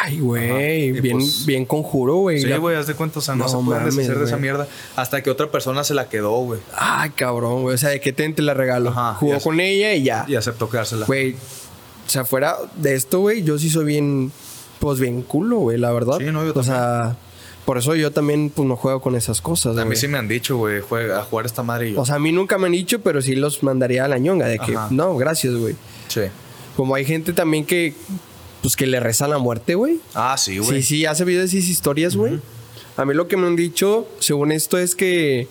Speaker 2: Ay,
Speaker 1: Ajá.
Speaker 2: güey.
Speaker 1: Y
Speaker 2: Bien,
Speaker 1: pues-
Speaker 2: bien conjuro, güey.
Speaker 1: Sí,
Speaker 2: La-
Speaker 1: güey, haz de cuenta, o sea, no,
Speaker 2: No
Speaker 1: se pueden
Speaker 2: mames,
Speaker 1: deshacer de esa
Speaker 2: güey.
Speaker 1: mierda hasta que otra persona se la quedó, güey,
Speaker 2: Ay, cabrón, güey. O sea, de qué te, te la regalo.
Speaker 1: Ajá,
Speaker 2: Jugó
Speaker 1: ya sé.
Speaker 2: con ella y ya.
Speaker 1: y aceptó quedársela.
Speaker 2: Güey, o sea, fuera de esto, güey, yo sí soy bien, pues bien culo, güey, la verdad.
Speaker 1: Sí, no, yo
Speaker 2: O sea, por eso yo también, pues no juego con esas cosas,
Speaker 1: a mí
Speaker 2: güey.
Speaker 1: sí me han dicho, güey, juega- a jugar esta madre y yo.
Speaker 2: O sea, a mí nunca me han dicho, pero sí los mandaría a la ñonga, de que,
Speaker 1: Ajá.
Speaker 2: no, gracias, güey.
Speaker 1: Sí.
Speaker 2: Como hay gente también que, pues que le reza la muerte, güey.
Speaker 1: Ah, sí, güey.
Speaker 2: Sí, sí, has sabido esas historias, güey. A mí lo que me han dicho, según esto, es que,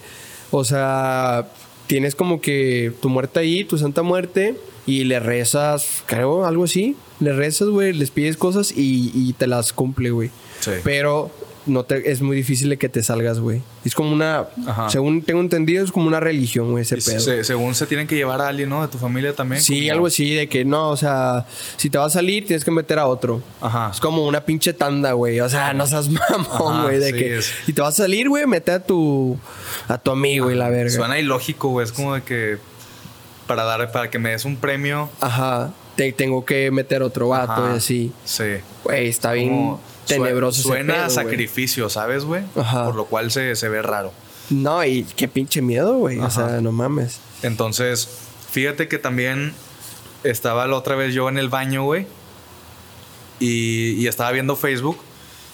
Speaker 2: o sea, tienes como que tu muerte ahí, tu santa muerte, y le rezas, creo, algo así. Le rezas, güey, les pides cosas y, y te las cumple, güey.
Speaker 1: Sí.
Speaker 2: Pero no te, es muy difícil de que te salgas, güey. Es como una,
Speaker 1: Ajá.
Speaker 2: según tengo entendido, es como una religión, güey, ese
Speaker 1: Y
Speaker 2: pedo.
Speaker 1: se- según se tienen que llevar a alguien, ¿no? De tu familia también.
Speaker 2: Sí,
Speaker 1: como-
Speaker 2: algo así, de que no, o sea, si te vas a salir, tienes que meter a otro.
Speaker 1: Ajá.
Speaker 2: Es como una pinche tanda, güey. O sea, no seas mamón,
Speaker 1: Ajá,
Speaker 2: güey. De
Speaker 1: sí,
Speaker 2: que.
Speaker 1: es.
Speaker 2: Y te vas a salir, güey, mete a tu. a tu amigo y la verga.
Speaker 1: Suena ilógico, güey. Es como de que para dar, para que me des un premio.
Speaker 2: Ajá. Te tengo que meter otro vato
Speaker 1: Ajá.
Speaker 2: y así.
Speaker 1: Sí.
Speaker 2: Güey, está bien
Speaker 1: Como sue-
Speaker 2: tenebroso. ese
Speaker 1: Suena a
Speaker 2: pedo, güey.
Speaker 1: sacrificio, ¿sabes, güey?
Speaker 2: Ajá.
Speaker 1: Por lo cual se, se ve raro.
Speaker 2: No, y qué pinche miedo, güey. O
Speaker 1: Ajá.
Speaker 2: sea, no mames.
Speaker 1: Entonces, fíjate que también estaba la otra vez yo en el baño, güey. Y, y estaba viendo Facebook.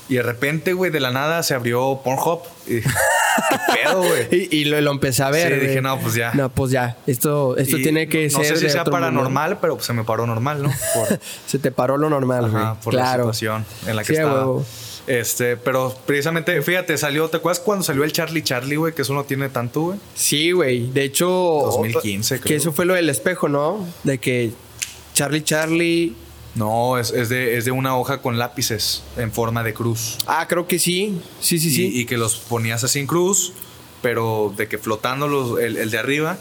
Speaker 1: Y de repente, güey, de la nada se abrió Pornhub. Y dije, ¿qué pedo, güey?
Speaker 2: Y, y lo, lo empecé a ver.
Speaker 1: Sí, dije,
Speaker 2: güey.
Speaker 1: no, pues ya.
Speaker 2: No, pues ya. Esto, esto
Speaker 1: Y
Speaker 2: tiene que
Speaker 1: no
Speaker 2: ser.
Speaker 1: sé si
Speaker 2: de
Speaker 1: sea
Speaker 2: otro mundo.
Speaker 1: paranormal, pero pues, se me paró normal, ¿no? Por,
Speaker 2: Se te paró lo normal, güey.
Speaker 1: Ajá, por la
Speaker 2: claro.
Speaker 1: situación en la que
Speaker 2: Sí, a
Speaker 1: estaba.
Speaker 2: huevo.
Speaker 1: Este, pero precisamente, fíjate, salió, ¿te acuerdas cuando salió el Charlie Charlie, güey? Que eso no tiene tanto, güey.
Speaker 2: Sí, güey. De hecho.
Speaker 1: 2015
Speaker 2: Que
Speaker 1: creo.
Speaker 2: eso fue lo del espejo, ¿no? De que Charlie Charlie.
Speaker 1: No, es, es de, es de una hoja con lápices en forma de cruz.
Speaker 2: Ah, creo que sí. Sí, sí,
Speaker 1: y,
Speaker 2: sí.
Speaker 1: y que los ponías así en cruz, pero de que flotando los- el, el de arriba.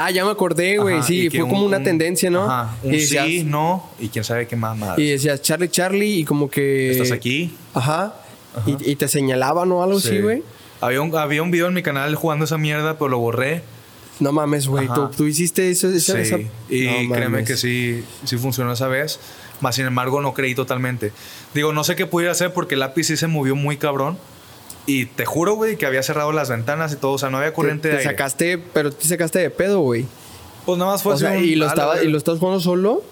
Speaker 2: ah, ya me acordé, güey.
Speaker 1: Ajá,
Speaker 2: Sí,
Speaker 1: y que
Speaker 2: fue
Speaker 1: un-
Speaker 2: como una
Speaker 1: un-
Speaker 2: tendencia, ¿no?
Speaker 1: Ajá, un
Speaker 2: y decías,
Speaker 1: sí, no, y quién sabe qué más madre.
Speaker 2: y decías, Charlie Charlie, y como que.
Speaker 1: Estás aquí.
Speaker 2: Ajá. Y, y te señalaban o algo así,
Speaker 1: Sí.
Speaker 2: Oh, güey.
Speaker 1: Había un, había un video en mi canal jugando esa mierda, pero lo borré.
Speaker 2: No mames, güey.
Speaker 1: Ajá.
Speaker 2: ¿Tú, tú hiciste eso. esa-
Speaker 1: Sí,
Speaker 2: esa-
Speaker 1: y
Speaker 2: No
Speaker 1: créeme
Speaker 2: mames.
Speaker 1: que sí, sí funcionó esa vez. Más sin embargo, no creí totalmente. Digo, no sé qué pudiera hacer porque el lápiz sí se movió muy cabrón. Y te juro, güey, que había cerrado las ventanas y todo. O sea, no había
Speaker 2: Te,
Speaker 1: corriente
Speaker 2: te
Speaker 1: de aire.
Speaker 2: sacaste, pero te sacaste de pedo, güey.
Speaker 1: Pues nada más fue
Speaker 2: O
Speaker 1: así
Speaker 2: sea,
Speaker 1: un-
Speaker 2: y
Speaker 1: a
Speaker 2: lo,
Speaker 1: la
Speaker 2: estaba,
Speaker 1: verga.
Speaker 2: y lo estás jugando solo.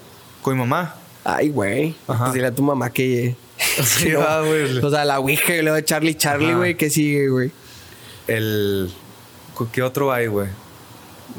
Speaker 1: Con mi mamá.
Speaker 2: Ay, güey.
Speaker 1: Ajá.
Speaker 2: Pues Dile a tu mamá que.
Speaker 1: Sí,
Speaker 2: que no.
Speaker 1: va, güey.
Speaker 2: O sea, la Ouija y luego Charlie Charlie,
Speaker 1: Ajá.
Speaker 2: güey. ¿Qué sigue, güey?
Speaker 1: El... ¿Qué otro hay, güey?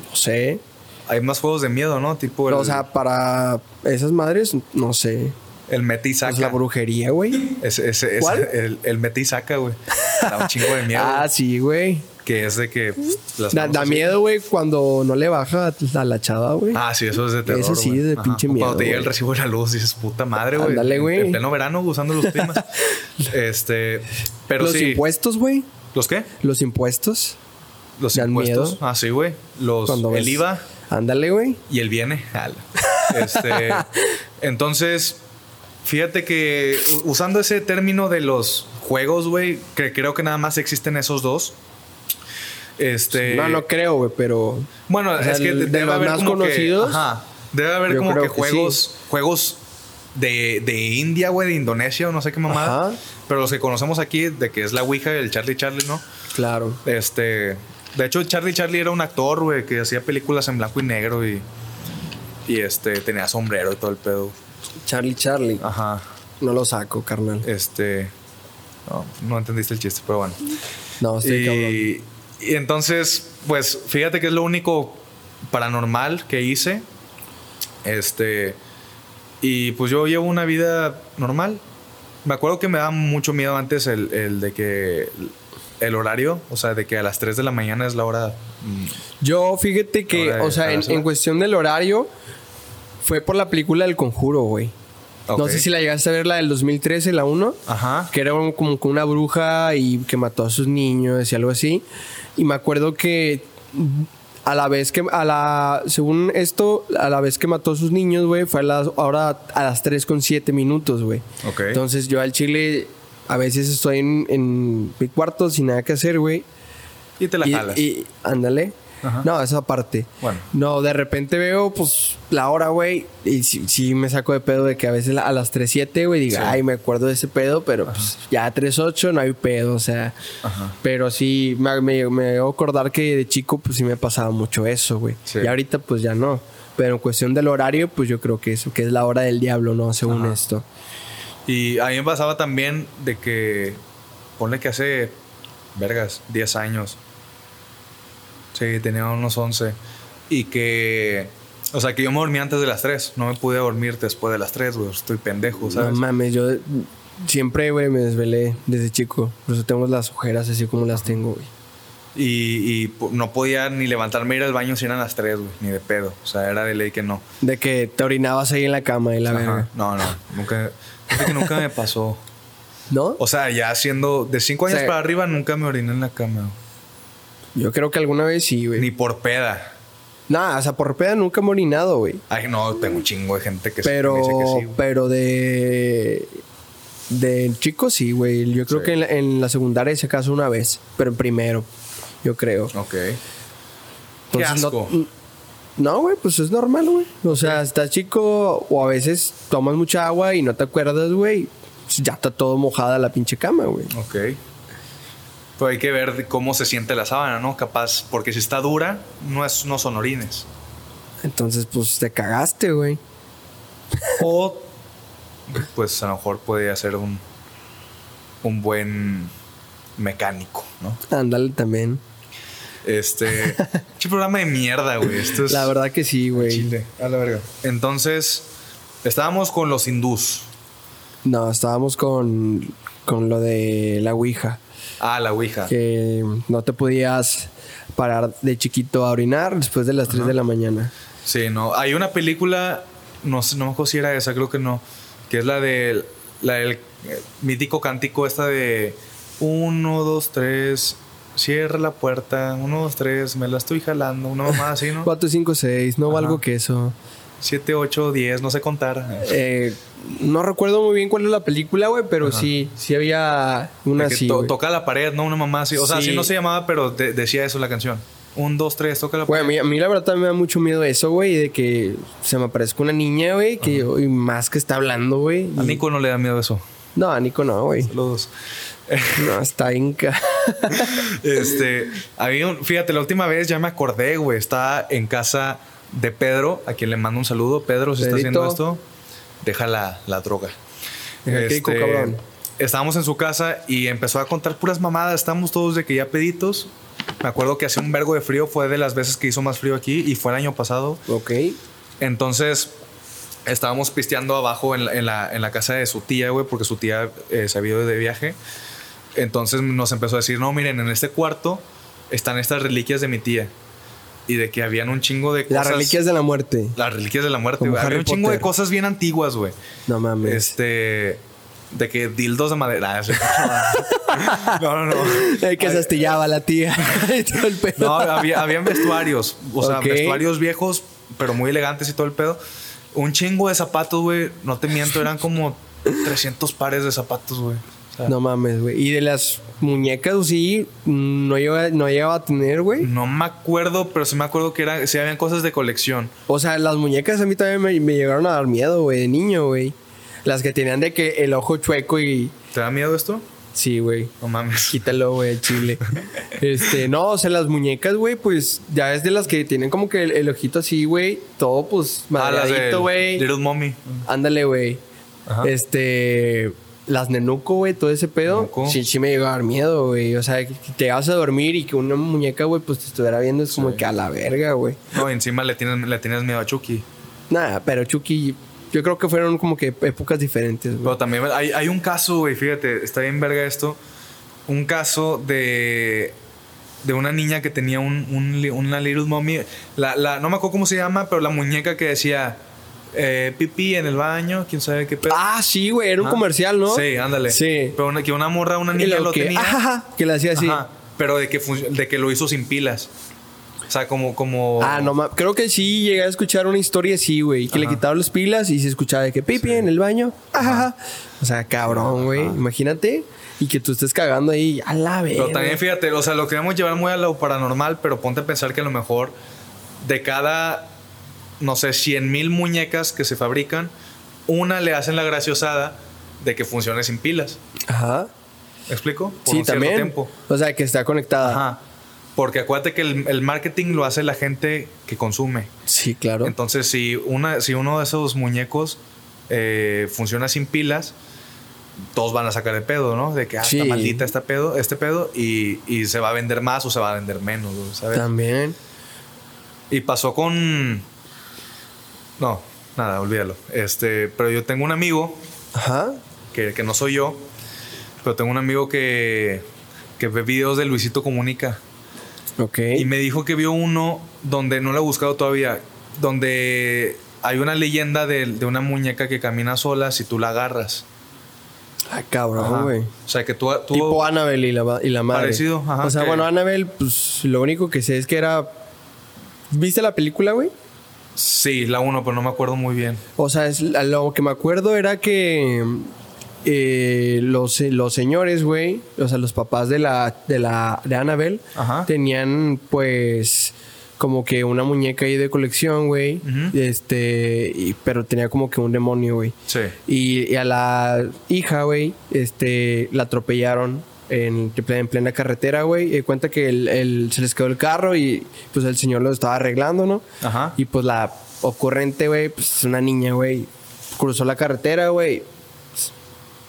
Speaker 2: No sé.
Speaker 1: Hay más juegos de miedo, ¿no? Tipo el,
Speaker 2: Pero, o sea, para esas madres, no sé.
Speaker 1: el mete y saca.
Speaker 2: Pues la brujería, güey.
Speaker 1: Ese- ese- ese-
Speaker 2: ¿Cuál?
Speaker 1: el, el mete y saca, güey. Da un chingo de miedo.
Speaker 2: Ah,
Speaker 1: güey.
Speaker 2: sí, güey.
Speaker 1: que es de que... pues, las
Speaker 2: Da,
Speaker 1: manos
Speaker 2: da
Speaker 1: así.
Speaker 2: miedo, güey, cuando no le baja a la chava, güey.
Speaker 1: Ah, sí, eso es de terror.
Speaker 2: Eso sí,
Speaker 1: güey.
Speaker 2: de
Speaker 1: Ajá.
Speaker 2: pinche
Speaker 1: O
Speaker 2: miedo,
Speaker 1: Cuando te llega
Speaker 2: güey.
Speaker 1: el recibo de la luz, dices, puta madre, güey.
Speaker 2: Ándale,
Speaker 1: En-
Speaker 2: güey.
Speaker 1: En pleno verano, usando los temas. este... Pero
Speaker 2: Los
Speaker 1: sí...
Speaker 2: impuestos, güey.
Speaker 1: ¿Los qué?
Speaker 2: Los impuestos.
Speaker 1: Los
Speaker 2: Dan
Speaker 1: impuestos.
Speaker 2: miedo.
Speaker 1: Ah, sí, güey. Los...
Speaker 2: Cuando
Speaker 1: el
Speaker 2: ves-
Speaker 1: IVA.
Speaker 2: Ándale, güey.
Speaker 1: Y él viene. Ala. Este, entonces, fíjate que u- usando ese término de los juegos, güey, que creo que nada más existen esos dos. Este,
Speaker 2: No, no creo, güey, pero.
Speaker 1: bueno,
Speaker 2: o sea,
Speaker 1: es que
Speaker 2: de
Speaker 1: debe
Speaker 2: los
Speaker 1: haber
Speaker 2: más
Speaker 1: como que-
Speaker 2: conocidos,
Speaker 1: ajá, debe haber
Speaker 2: yo
Speaker 1: como
Speaker 2: creo
Speaker 1: que
Speaker 2: que
Speaker 1: juegos, juegos de, de India, güey, de Indonesia o no sé qué mamada.
Speaker 2: Ajá.
Speaker 1: Pero los que conocemos aquí, de que es la Ouija y el Charlie Charlie, ¿no?
Speaker 2: Claro.
Speaker 1: Este. De hecho, Charlie Charlie era un actor, güey, que hacía películas en blanco y negro y. Y este, tenía sombrero y todo el pedo.
Speaker 2: Charlie, Charlie.
Speaker 1: Ajá.
Speaker 2: No lo saco, carnal.
Speaker 1: Este. No, no entendiste el chiste, pero bueno.
Speaker 2: No, estoy cabrón.
Speaker 1: y, y entonces, pues fíjate que es lo único paranormal que hice. Este. Y pues yo llevo una vida normal. Me acuerdo que me daba mucho miedo antes el, el de que. El horario, o sea, de que a las 3 de la mañana es la hora. mm,
Speaker 2: Yo, fíjate que,
Speaker 1: Ahora,
Speaker 2: o sea, en,
Speaker 1: ahora sí.
Speaker 2: en cuestión del horario, fue por la película El Conjuro, güey. No
Speaker 1: ok. Ah.
Speaker 2: sé si la llegaste a ver, la del 2013, la 1.
Speaker 1: Ajá.
Speaker 2: que era un- como que una bruja y que mató a sus niños y algo así. Y me acuerdo que a la vez que, a la, según esto, a la vez que mató a sus niños, güey, fue a las, ahora a las 3 con 7 minutos, güey.
Speaker 1: Ok.
Speaker 2: Entonces yo al chile a veces estoy en, en mi cuarto sin nada que hacer, güey.
Speaker 1: Y te la
Speaker 2: y,
Speaker 1: jalas.
Speaker 2: y- ándale.
Speaker 1: Ajá.
Speaker 2: No, esa parte.
Speaker 1: Bueno.
Speaker 2: No, de repente veo, pues, la hora, güey. Y sí, sí me saco de pedo de que a veces la- a las 3, 7, güey, diga,
Speaker 1: Sí.
Speaker 2: ay, me acuerdo de ese pedo, pero pues ya a 3, 8 no hay pedo, o sea.
Speaker 1: Ajá.
Speaker 2: Pero sí, me, me, me debo acordar que de chico, pues sí me pasaba mucho eso, güey.
Speaker 1: Sí.
Speaker 2: Y ahorita, pues ya no. Pero en cuestión del horario, pues yo creo que eso, que es la hora del diablo, ¿no? Según
Speaker 1: Ajá.
Speaker 2: esto.
Speaker 1: Y a mí me pasaba también de que, ponle que hace, vergas, 10 años. Sí, tenía unos 11. Y que, o sea, que yo me dormía antes de las 3. No me pude dormir después de las 3, güey. Estoy pendejo, ¿sabes?
Speaker 2: No mames, yo siempre, güey, me desvelé desde chico. Por eso tengo las ojeras así como las tengo, güey.
Speaker 1: y, y po- no podía ni levantarme a ir al baño si eran las 3, güey. Ni de pedo. O sea, era de ley que no.
Speaker 2: De que te orinabas ahí en la cama y la
Speaker 1: Ajá.
Speaker 2: verga.
Speaker 1: No, no. Nunca, fíjate que nunca me pasó.
Speaker 2: ¿No?
Speaker 1: O sea, ya siendo de 5 años
Speaker 2: Sí.
Speaker 1: para arriba, nunca me oriné en la cama. güey.
Speaker 2: Yo creo que alguna vez sí,
Speaker 1: Ni
Speaker 2: güey.
Speaker 1: por peda.
Speaker 2: Nada, o sea, por peda nunca me he orinado, güey.
Speaker 1: Ay, no, tengo un chingo de gente que sí-
Speaker 2: Pero,
Speaker 1: me dice que sí. güey.
Speaker 2: pero de. De chico sí, güey. Yo creo
Speaker 1: Sí.
Speaker 2: que en la, en la secundaria se acaso una vez, pero en primero, yo creo.
Speaker 1: Ok. Qué
Speaker 2: Entonces,
Speaker 1: asco.
Speaker 2: No, no, güey, pues es normal, güey. O sea, estás chico o a veces tomas mucha agua y no te acuerdas, güey. pues Ya está todo mojada la pinche cama, güey.
Speaker 1: Ok. Pero hay que ver de cómo se siente la sábana, ¿no? Capaz, porque si está dura, no, es, no son orines.
Speaker 2: Entonces, pues te cagaste, güey.
Speaker 1: O, pues a lo mejor podría ser un, un buen mecánico, ¿no?
Speaker 2: Ándale también.
Speaker 1: Este. Qué programa de mierda, güey. Esto es.
Speaker 2: La verdad que sí, güey.
Speaker 1: Chile, a la verga. Entonces, estábamos con los hindús.
Speaker 2: No, estábamos con, con lo de la Ouija,
Speaker 1: Ah, la Ouija.
Speaker 2: que no te podías parar de chiquito a orinar después de las 3 de la mañana.
Speaker 1: Sí, no. Hay una película, no sé, no me acuerdo si era esa, creo que no, que es la del, la del eh, mítico cántico esta de 1, 2, 3, cierra la puerta, 1, 2, 3, me la estoy jalando, una mamá así, ¿no?
Speaker 2: 4, 5, 6, no
Speaker 1: Ajá.
Speaker 2: valgo que eso.
Speaker 1: 7, 8, 10, no sé contar.
Speaker 2: Eh, no recuerdo muy bien cuál es la película, güey, pero
Speaker 1: Ajá.
Speaker 2: sí, sí había una
Speaker 1: De que
Speaker 2: así.
Speaker 1: to-
Speaker 2: güey.
Speaker 1: toca la pared, ¿no? Una mamá así. O sea,
Speaker 2: Sí.
Speaker 1: así no se llamaba, pero de- decía eso la canción. 1, 2, 3, toca la
Speaker 2: Güey,
Speaker 1: pared.
Speaker 2: a mí, a mí la verdad también me da mucho miedo eso, güey, de que se me aparezca una niña, güey, que yo- y más que está hablando, güey.
Speaker 1: A
Speaker 2: y-
Speaker 1: Nico no le da miedo eso.
Speaker 2: No, a Nico no, güey.
Speaker 1: Saludos.
Speaker 2: No, está inca.
Speaker 1: Este, había un- fíjate, la última vez ya me acordé, güey, está en casa de Pedro, a quien le mando un saludo. Pedro, si está
Speaker 2: Pedrito.
Speaker 1: haciendo esto, deja la, la droga. Este,
Speaker 2: Deja el crico, cabrón.
Speaker 1: Estábamos en su casa y empezó a contar puras mamadas. Estábamos todos de que ya peditos. Me acuerdo que hacía un vergo de frío, fue de las veces que hizo más frío aquí y fue el año pasado.
Speaker 2: ok.
Speaker 1: Entonces, estábamos pisteando abajo en la, en la- en la casa de su tía, güey, porque su tía eh, se había ido de viaje. Entonces nos empezó a decir, no, miren, en este cuarto están estas reliquias de mi tía. Y de que habían un chingo de
Speaker 2: Las
Speaker 1: cosas...
Speaker 2: reliquias de la muerte.
Speaker 1: Las reliquias de la muerte,
Speaker 2: Como
Speaker 1: güey. Había
Speaker 2: Harry
Speaker 1: un chingo de
Speaker 2: Potter.
Speaker 1: cosas bien antiguas, güey.
Speaker 2: No mames.
Speaker 1: Este... De que dildos de madera... Ah, sí. no, no, no. eh.
Speaker 2: Ay, que se astillaba la tía. Y todo el pedo.
Speaker 1: No, había, habían vestuarios. O sea,
Speaker 2: Ok.
Speaker 1: vestuarios viejos, pero muy elegantes y todo el pedo. Un chingo de zapatos, güey. No te miento, eran como 300 pares de zapatos, güey. O sea, no.
Speaker 2: No mames, güey. Y de las muñecas, sí, mm, no llegaba, no llegaba a tener, güey.
Speaker 1: me acuerdo, pero sí me acuerdo que eran, sí habían cosas de colección.
Speaker 2: O sea, las muñecas a mí también me, me llegaron a dar miedo, güey, de niño, güey. Las que tenían de que el ojo chueco y.
Speaker 1: ¿Te da miedo esto?
Speaker 2: Sí, güey.
Speaker 1: No mames.
Speaker 2: Quítalo, güey, al chile. este, no, o sea, las muñecas, güey, pues ya es de las que tienen como que el, el ojito así, güey. Todo, pues,
Speaker 1: Ah, las de
Speaker 2: madreadito, güey.
Speaker 1: Little Mommy.
Speaker 2: Ándale, güey.
Speaker 1: Ajá.
Speaker 2: Este. Las nenuco, güey, todo ese pedo.
Speaker 1: Nenuco.
Speaker 2: Sí, sí me llegó a dar miedo, güey. O sea, que te vas a dormir y que una muñeca, güey, pues te estuviera viendo es como que a la verga, güey.
Speaker 1: No, y encima le tienes, le tienes miedo a Chucky.
Speaker 2: Nada, pero Chucky, yo creo que fueron como que épocas diferentes, güey.
Speaker 1: Pero también hay, hay un caso, güey, fíjate, está bien verga esto. Un caso de, de una niña que tenía un, un li- una Little Mommy. La, la- no me acuerdo cómo se llama, pero la muñeca que decía eh, pipí en el baño, quién sabe qué pedo.
Speaker 2: Ah, sí, güey, era un
Speaker 1: Ajá.
Speaker 2: comercial, ¿no?
Speaker 1: Sí, ándale.
Speaker 2: Sí.
Speaker 1: Pero una- que una morra, una
Speaker 2: Y
Speaker 1: niña
Speaker 2: luego
Speaker 1: lo
Speaker 2: que,
Speaker 1: tenía.
Speaker 2: ajá, que le hacía así.
Speaker 1: Ajá, pero de que, func- de que lo hizo sin pilas. O sea, como. como
Speaker 2: Ah, no ma- Creo que sí llegué a escuchar una historia así, güey. Que le
Speaker 1: Ajá.
Speaker 2: quitaban las pilas y se escuchaba de que pipi en el baño. Ajá. O sea, cabrón, güey. Imagínate. Y que tú estés cagando ahí a la vez.
Speaker 1: Pero también fíjate, o sea, lo queremos llevar muy a lo paranormal, pero ponte a pensar que a lo mejor de cada, no sé, 100 mil muñecas que se fabrican, una le hacen la graciosada de que funcione sin pilas.
Speaker 2: Ajá.
Speaker 1: ¿Me explico? Por
Speaker 2: Sí,
Speaker 1: un cierto
Speaker 2: también.
Speaker 1: tiempo.
Speaker 2: O sea, que está conectada.
Speaker 1: Ajá. Porque acuérdate que el, el marketing lo hace la gente que consume.
Speaker 2: Sí, claro.
Speaker 1: Entonces, si, una, si uno de esos muñecos eh, funciona sin pilas, todos van a sacar el pedo, ¿no? De que, ah,
Speaker 2: Sí.
Speaker 1: está maldita esta pedo, este pedo, y, y se va a vender más o se va a vender menos, güey, ¿sabes?
Speaker 2: también.
Speaker 1: Y pasó con... No, nada, olvídalo. Este, pero yo tengo un amigo,
Speaker 2: Ajá.
Speaker 1: que, que no soy yo, pero tengo un amigo que, que ve videos de Luisito Comunica.
Speaker 2: Ok.
Speaker 1: Y me dijo que vio uno donde no lo he buscado todavía, donde hay una leyenda de, de una muñeca que camina sola si tú la agarras.
Speaker 2: Ah,
Speaker 1: Ajá.
Speaker 2: cabrón, güey.
Speaker 1: O sea, que tú... tú-
Speaker 2: Tipo Annabelle y la, va- y la madre.
Speaker 1: Parecido, ajá,
Speaker 2: O sea,
Speaker 1: que-
Speaker 2: bueno, Annabelle, pues lo único que sé es que era. ¿Viste la película, güey?
Speaker 1: sí, la uno, pero no me acuerdo muy bien.
Speaker 2: O sea, es, a lo que me acuerdo era que eh, los, los señores, güey, o sea, los papás de la de la de Annabelle
Speaker 1: Ajá.
Speaker 2: tenían pues como que una muñeca ahí de colección, güey,
Speaker 1: Ujú.
Speaker 2: este, y- pero tenía como que un demonio, güey.
Speaker 1: Sí.
Speaker 2: Y, y a la hija, güey, este, la atropellaron en, en plena carretera, güey. Y cuenta que el- el- se les quedó el carro y pues el señor lo estaba arreglando, ¿no?
Speaker 1: Ajá.
Speaker 2: Y pues la ocurrente, güey, pues es una niña, güey. Cruzó la carretera, güey. pues,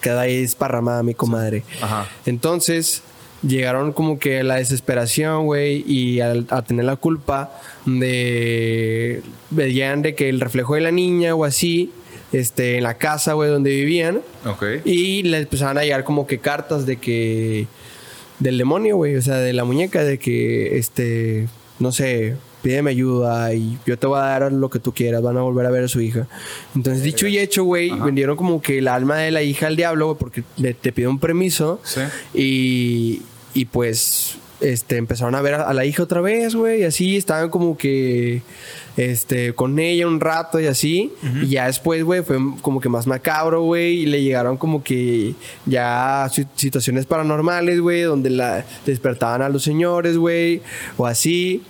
Speaker 2: Queda ahí desparramada mi comadre.
Speaker 1: Ajá.
Speaker 2: Entonces, llegaron como que a la desesperación, güey, y al- a, tener la culpa de. Veían de que el reflejo de la niña o así, este, en la casa, güey, donde vivían.
Speaker 1: Ok.
Speaker 2: Y le empezaban a llegar como que cartas de que. Del demonio, güey. O sea, de la muñeca, de que este. No sé, pídeme ayuda y yo te voy a dar lo que tú quieras. Van a volver a ver a su hija. Entonces, dicho y hecho, güey, vendieron como que el alma de la hija al diablo, güey, porque le- te pide un permiso.
Speaker 1: Sí.
Speaker 2: Y, y pues este, empezaron a ver a, a la hija otra vez, güey, y así estaban como que este, con ella un rato y así. Y ya después, güey, fue como que más macabro, güey, y le llegaron como que ya si- situaciones paranormales, güey, donde la despertaban a los señores, güey, o así.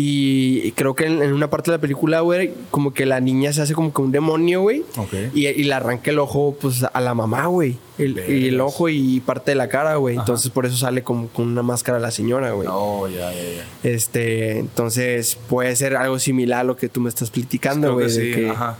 Speaker 2: Y creo que en, en una parte de la película, güey, como que la niña se hace como que un demonio, güey.
Speaker 1: Ok.
Speaker 2: Y, y le arranca el ojo, pues, a la mamá, güey. El- y el
Speaker 1: Vergas.
Speaker 2: ojo y parte de la cara, güey. Entonces, por eso sale como con una máscara la señora, güey.
Speaker 1: No, ya, ya, ya.
Speaker 2: Este, entonces, puede ser algo similar a lo que tú me estás platicando,
Speaker 1: Creo
Speaker 2: güey.
Speaker 1: que
Speaker 2: de
Speaker 1: sí,
Speaker 2: que- ah,
Speaker 1: ajá.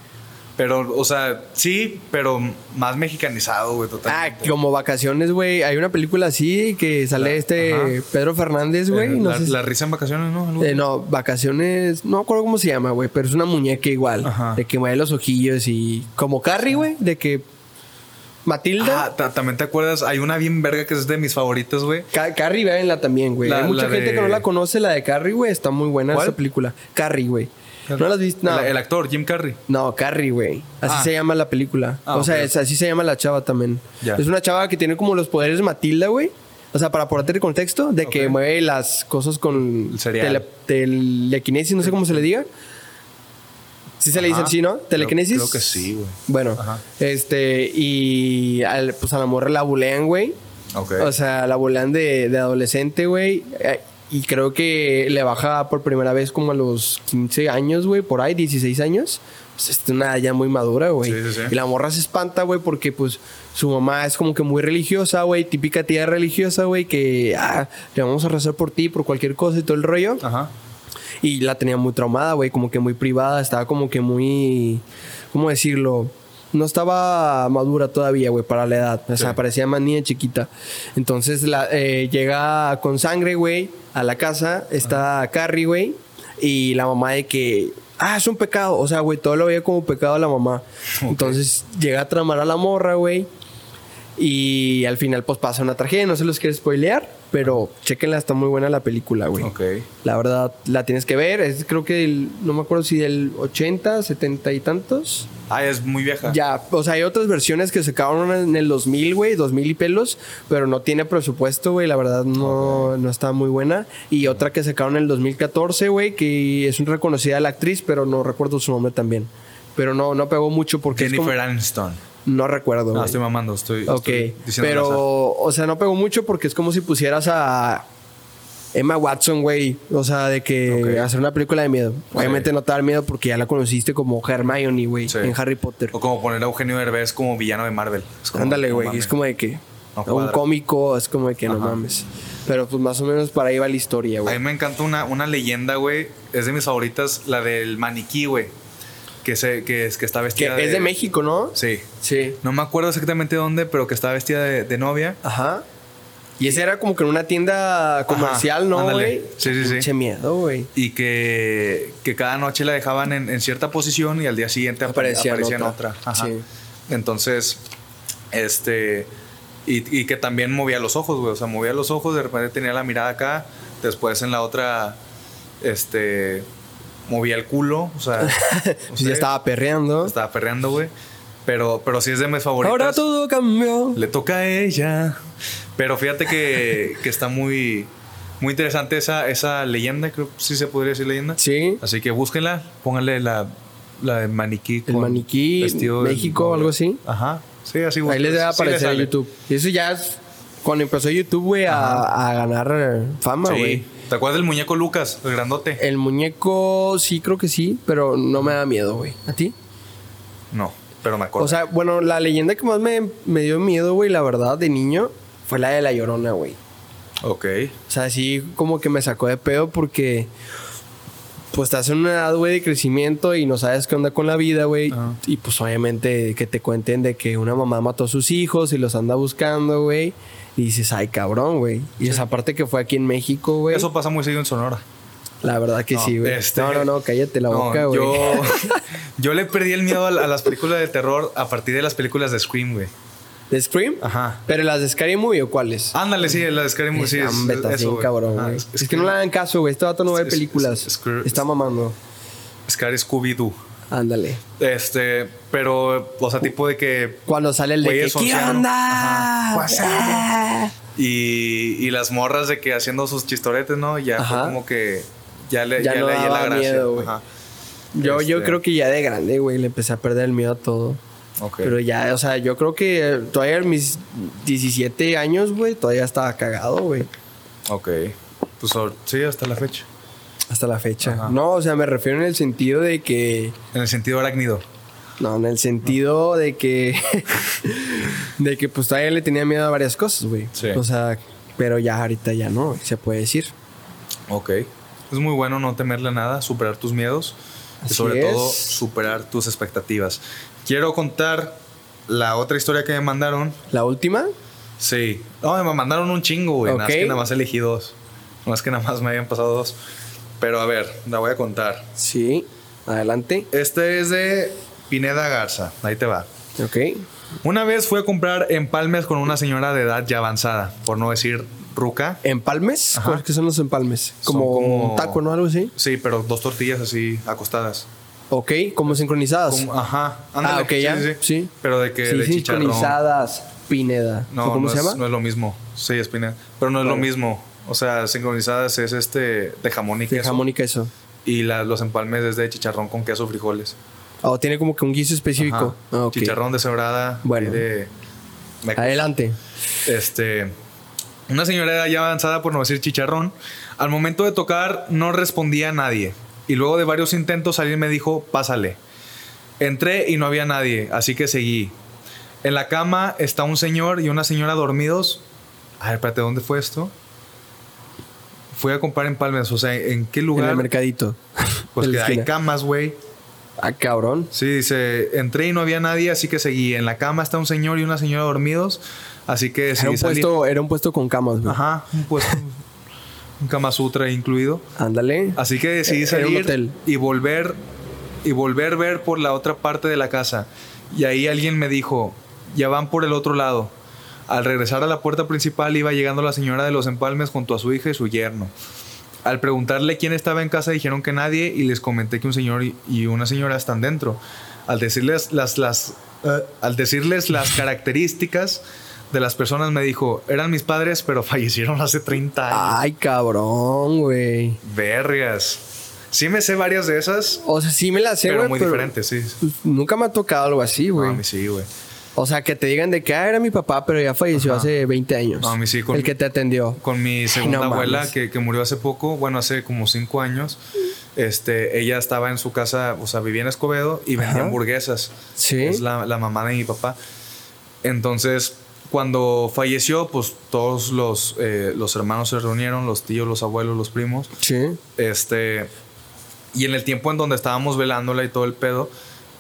Speaker 1: Pero, o sea, sí, pero más mexicanizado, güey,
Speaker 2: Ah,
Speaker 1: totalmente.
Speaker 2: como vacaciones, güey. Hay una película así que
Speaker 1: La-
Speaker 2: sale este
Speaker 1: ajá.
Speaker 2: Pedro Fernández, güey.
Speaker 1: Eh,
Speaker 2: no
Speaker 1: la,
Speaker 2: sé si-
Speaker 1: la risa en vacaciones, ¿no? Algo
Speaker 2: Eh, no, vacaciones, no me acuerdo cómo se llama, güey, pero es una muñeca igual.
Speaker 1: Ajá.
Speaker 2: De que mueve los ojillos y. Como Carrie, güey, de que. Matilda.
Speaker 1: Ah, ta- también te acuerdas, hay una bien verga que es de mis favoritas, güey.
Speaker 2: Ca- Carrie, véanla también, güey.
Speaker 1: La-
Speaker 2: Hay mucha
Speaker 1: la
Speaker 2: gente
Speaker 1: de-
Speaker 2: que no la conoce, la de Carrie, güey. Está muy buena
Speaker 1: ¿Cuál?
Speaker 2: esa película. Carrie, güey. ¿No la has visto? No,
Speaker 1: El, el actor, Jim Carrey.
Speaker 2: no Carrie, güey. Así
Speaker 1: Ah.
Speaker 2: se llama la película.
Speaker 1: Ah,
Speaker 2: o sea,
Speaker 1: ok.
Speaker 2: es- así se llama la chava también.
Speaker 1: Ya.
Speaker 2: Es una chava que tiene como los poderes de Matilda, güey. O sea, para ponerte el contexto, de que
Speaker 1: Ok.
Speaker 2: mueve las cosas con
Speaker 1: El cereal.
Speaker 2: tele- telequinesis, no sé cómo se le diga. Sí se le dice
Speaker 1: Ajá.
Speaker 2: así, ¿no?
Speaker 1: Creo-
Speaker 2: Telequinesis.
Speaker 1: creo que sí, güey.
Speaker 2: Bueno,
Speaker 1: Ajá.
Speaker 2: este, y al- pues a la morra la bulean, güey.
Speaker 1: Ok.
Speaker 2: O sea, la volan de, de adolescente, güey. eh, Y creo que le baja por primera vez como a los 15 años, güey, por ahí, 16 años. pues, es una edad ya muy madura, güey.
Speaker 1: Sí, sí, sí.
Speaker 2: Y la morra se espanta, güey, porque pues su mamá es como que muy religiosa, güey, típica tía religiosa, güey, que ah, le vamos a rezar por ti, por cualquier cosa y todo el rollo.
Speaker 1: Ajá.
Speaker 2: Y la tenía muy traumada, güey, como que muy privada, estaba como que muy, ¿cómo decirlo? No estaba madura todavía, güey, para la edad. O sea,
Speaker 1: Sí.
Speaker 2: parecía más niña chiquita. Entonces la, eh, llega con sangre, güey, a la casa, está Carrie, güey, y la mamá de que, ah, es un pecado. O sea, güey, todo lo veía como pecado a la mamá. Entonces llega a tramar a la morra, güey. Y al final, pues pasa una tragedia, no se los quiero spoilear, pero chequenla, está muy buena la película, güey.
Speaker 1: Ok.
Speaker 2: La verdad, la tienes que ver. Es, creo que del- no me acuerdo si del 80, 70 y tantos.
Speaker 1: Ah, es muy vieja.
Speaker 2: Ya, o sea, hay otras versiones que sacaron en el 2000, güey, 2000 y pelos, pero no tiene presupuesto, güey, la verdad no, no está muy buena. Y otra que sacaron en el 2014, güey, que es una reconocida la actriz, pero no recuerdo su nombre también. Pero no, no pegó mucho porque es
Speaker 1: Jennifer Ah,
Speaker 2: como-
Speaker 1: Aniston.
Speaker 2: no recuerdo.
Speaker 1: No,
Speaker 2: güey.
Speaker 1: estoy mamando, estoy,
Speaker 2: Ok,
Speaker 1: estoy diciendo al azar.
Speaker 2: pero, o sea, no pegó mucho porque es como si pusieras a Emma Watson, güey. O sea, de que
Speaker 1: Ok.
Speaker 2: hacer una película de miedo. Obviamente
Speaker 1: Sí.
Speaker 2: no te da miedo porque ya la conociste como Hermione, güey,
Speaker 1: Sí.
Speaker 2: en Harry Potter.
Speaker 1: O como poner a Eugenio Derbez como villano de Marvel. Es como,
Speaker 2: Ándale,
Speaker 1: no
Speaker 2: güey.
Speaker 1: mames.
Speaker 2: Es como de que
Speaker 1: No
Speaker 2: un
Speaker 1: cuadra.
Speaker 2: cómico, es como de que no
Speaker 1: Ajá.
Speaker 2: mames. Pero pues más o menos para ahí va la historia,
Speaker 1: A mí
Speaker 2: güey.
Speaker 1: me encanta una, una leyenda, güey. Es de mis favoritas, la del maniquí, güey. Que, se, que, es, que está
Speaker 2: Que
Speaker 1: vestida.
Speaker 2: es de México, ¿no?
Speaker 1: Sí.
Speaker 2: Sí.
Speaker 1: No me acuerdo exactamente dónde, pero que estaba vestida de, de novia.
Speaker 2: Ajá. Y esa era como que en una tienda comercial, ¿no,
Speaker 1: ándale.
Speaker 2: güey?
Speaker 1: Sí, sí, sí.
Speaker 2: Pinche miedo, güey.
Speaker 1: Y que, que cada noche la dejaban en, en cierta posición y al día siguiente apa-
Speaker 2: Aparecía
Speaker 1: aparecía,
Speaker 2: en
Speaker 1: en
Speaker 2: otra.
Speaker 1: otra. Ajá.
Speaker 2: Sí.
Speaker 1: Entonces, este. Y, y que también movía los ojos, güey. O sea, movía los ojos, de repente tenía la mirada acá, después en la otra, este. Movía el culo, o sea. no sé,
Speaker 2: Pues ya estaba perreando.
Speaker 1: Estaba perreando, güey. Pero, pero sí es de mis favoritas.
Speaker 2: Ahora todo cambió.
Speaker 1: Le toca a ella. Pero fíjate que, que está muy, muy interesante esa, esa leyenda, creo que sí se podría decir leyenda.
Speaker 2: Sí.
Speaker 1: Así que búsquenla, pónganle la, la de maniquí.
Speaker 2: El
Speaker 1: con
Speaker 2: maniquí,
Speaker 1: de-
Speaker 2: México, algo así.
Speaker 1: Ajá. Sí, así
Speaker 2: Ahí
Speaker 1: busquen.
Speaker 2: les debe
Speaker 1: pues, Sí
Speaker 2: aparecer
Speaker 1: sale.
Speaker 2: en YouTube. Y eso ya es cuando empezó YouTube, güey, a, a ganar eh, fama,
Speaker 1: Sí.
Speaker 2: güey. Eh.
Speaker 1: ¿Te acuerdas del muñeco Lucas, el grandote?
Speaker 2: El muñeco, sí, creo que sí, pero no me da miedo, güey. ¿A ti?
Speaker 1: No, pero me acuerdo.
Speaker 2: O sea, bueno, la leyenda que más me, me dio miedo, güey, la verdad, de niño, fue la de la llorona, güey.
Speaker 1: ok.
Speaker 2: O sea, sí, como que me sacó de pedo porque. Pues estás en una edad, güey, de crecimiento y no sabes qué onda con la vida, güey.
Speaker 1: Ajá.
Speaker 2: Y pues obviamente que te cuenten de que una mamá mató a sus hijos y los anda buscando, güey. Y dices, ay, cabrón, güey. Y esa parte que fue aquí en México, güey.
Speaker 1: Eso pasa muy seguido en Sonora.
Speaker 2: La verdad que
Speaker 1: No,
Speaker 2: sí, güey.
Speaker 1: este-
Speaker 2: No, no, no, cállate la
Speaker 1: No,
Speaker 2: boca, güey.
Speaker 1: Yo, yo le perdí el miedo a, la- a las películas de terror a partir de las películas de Scream, güey.
Speaker 2: ¿De Scream?
Speaker 1: Ajá.
Speaker 2: ¿Pero las de Scary Movie o cuáles? Pues,
Speaker 1: Ándale, sí, la de Scary Movie, sí, es-
Speaker 2: Hombre, estás
Speaker 1: eso,
Speaker 2: bien
Speaker 1: güey.
Speaker 2: cabrón,
Speaker 1: Ajá,
Speaker 2: güey.
Speaker 1: es-
Speaker 2: Es que no le hagan caso, güey. Este vato no ve
Speaker 1: es- es-
Speaker 2: películas.
Speaker 1: es- es-
Speaker 2: Está mamando.
Speaker 1: Scary Scooby-Doo.
Speaker 2: Ándale.
Speaker 1: Este, pero, o sea, tipo de que.
Speaker 2: Cuando sale el de
Speaker 1: Güey,
Speaker 2: que,
Speaker 1: es
Speaker 2: ¿qué
Speaker 1: onceavo.
Speaker 2: onda?
Speaker 1: Ajá. What's up?
Speaker 2: Ah.
Speaker 1: Y, y las morras de que haciendo sus chistoretes, ¿no? Ya fue
Speaker 2: Ajá.
Speaker 1: como que. Ya le,
Speaker 2: Ya
Speaker 1: ya
Speaker 2: no
Speaker 1: le hallé la
Speaker 2: daba
Speaker 1: gracia.
Speaker 2: miedo, güey.
Speaker 1: Ajá.
Speaker 2: Yo, yo
Speaker 1: Este.
Speaker 2: creo que ya de grande, güey, le empecé a perder el miedo a todo.
Speaker 1: Ok.
Speaker 2: Pero ya, o sea, yo creo que eh, todavía en mis 17 años, güey, todavía estaba cagado, güey.
Speaker 1: Ok. Pues ahor- sí, hasta la fecha.
Speaker 2: Hasta la fecha.
Speaker 1: Ajá.
Speaker 2: No, o sea, me refiero en el sentido de que.
Speaker 1: En el sentido arácnido.
Speaker 2: No, en el sentido de que. de que pues todavía le tenía miedo a varias cosas, güey.
Speaker 1: Sí.
Speaker 2: O sea, pero ya ahorita ya no, güey, se puede decir.
Speaker 1: Ok. Es muy bueno no temerle a nada, superar tus miedos
Speaker 2: Así
Speaker 1: y sobre
Speaker 2: es.
Speaker 1: todo superar tus expectativas. Quiero contar la otra historia que me mandaron.
Speaker 2: La última,
Speaker 1: Sí. No, me mandaron un chingo, güey. Nada más
Speaker 2: Ok.
Speaker 1: que nada más elegí dos. Nada más que nada más me habían pasado dos. Pero a ver, la voy a contar.
Speaker 2: sí. Adelante.
Speaker 1: Este es de Pineda Garza. Ahí te va.
Speaker 2: Ok.
Speaker 1: Una vez fui a comprar empalmes con una señora de edad ya avanzada, por no decir ruca.
Speaker 2: ¿Empalmes?
Speaker 1: Ajá.
Speaker 2: ¿Cuáles que son los empalmes?
Speaker 1: Son
Speaker 2: Como,
Speaker 1: como-
Speaker 2: un taco, ¿no? Algo así.
Speaker 1: Sí, pero dos tortillas así acostadas.
Speaker 2: Ok, como sincronizadas.
Speaker 1: Como- ajá.
Speaker 2: ah, ok, ya. Sí.
Speaker 1: Pero de que
Speaker 2: Sí,
Speaker 1: de chicharrón.
Speaker 2: sincronizadas. Pineda.
Speaker 1: No,
Speaker 2: ¿O ¿Cómo
Speaker 1: no
Speaker 2: se
Speaker 1: es,
Speaker 2: llama?
Speaker 1: no es lo mismo. Sí, es Pineda. Pero no es
Speaker 2: Vale.
Speaker 1: lo mismo. O sea, sincronizadas es este de jamón y
Speaker 2: De
Speaker 1: queso.
Speaker 2: jamón y queso.
Speaker 1: Y la- los empalmes es de chicharrón con queso, frijoles.
Speaker 2: O tiene como que un guiso específico.
Speaker 1: Ajá.
Speaker 2: Ah, ok.
Speaker 1: Chicharrón de cebrada.
Speaker 2: Bueno.
Speaker 1: y de- me-
Speaker 2: Adelante.
Speaker 1: este, una señora era ya avanzada, por no decir chicharrón. Al momento de tocar, no respondía a nadie. Y luego de varios intentos, alguien me dijo, pásale. Entré y no había nadie, así que seguí. En la cama está un señor y una señora dormidos. A ver, espérate, ¿dónde fue esto? Fui a comprar en Palmas, o sea, ¿en qué
Speaker 2: En
Speaker 1: lugar?
Speaker 2: el mercadito.
Speaker 1: pues
Speaker 2: De
Speaker 1: que
Speaker 2: la
Speaker 1: hay
Speaker 2: esquina.
Speaker 1: camas, güey.
Speaker 2: Ah, cabrón.
Speaker 1: Sí, dice, entré y no había nadie, así que seguí. En la cama está un señor y una señora dormidos, así que
Speaker 2: Era
Speaker 1: seguí
Speaker 2: un,
Speaker 1: saliendo.
Speaker 2: puesto, era un puesto con camas, güey.
Speaker 1: Ajá, un puesto. un Kama Sutra incluido.
Speaker 2: Ándale.
Speaker 1: Así que decidí
Speaker 2: Era un
Speaker 1: salir
Speaker 2: hotel.
Speaker 1: y volver y volver a ver por la otra parte de la casa. Y ahí alguien me dijo, ya van por el otro lado. Al regresar a la puerta principal iba llegando la señora de los empalmes junto a su hija y su yerno. Al preguntarle quién estaba en casa dijeron que nadie y les comenté que un señor y- y una señora están dentro. Al decirles las, las, eh, al decirles las características de las personas me dijo, eran mis padres pero fallecieron hace 30 años.
Speaker 2: Ay, cabrón, güey.
Speaker 1: Vergas. Sí me sé varias de esas,
Speaker 2: O sea, sí me la sé,
Speaker 1: pero muy
Speaker 2: güey,
Speaker 1: diferentes, sí.
Speaker 2: pues, nunca me ha tocado algo así,
Speaker 1: No,
Speaker 2: güey.
Speaker 1: a mí sí, güey.
Speaker 2: O sea, que te digan de que ah, era mi papá, pero ya falleció
Speaker 1: Ajá.
Speaker 2: hace 20 años.
Speaker 1: No, a mí sí, con-
Speaker 2: El que te atendió.
Speaker 1: Con mi segunda
Speaker 2: no mames.
Speaker 1: abuela, que, que murió hace poco, bueno, hace como cinco años, este, ella estaba en su casa, o sea, vivía en Escobedo y vendía
Speaker 2: Ajá.
Speaker 1: hamburguesas.
Speaker 2: Sí.
Speaker 1: Es la, la mamá de mi papá. Entonces, cuando falleció, pues todos los, eh, los hermanos se reunieron, los tíos, los abuelos, los primos.
Speaker 2: Sí.
Speaker 1: Este. Y en el tiempo en donde estábamos velándola y todo el pedo,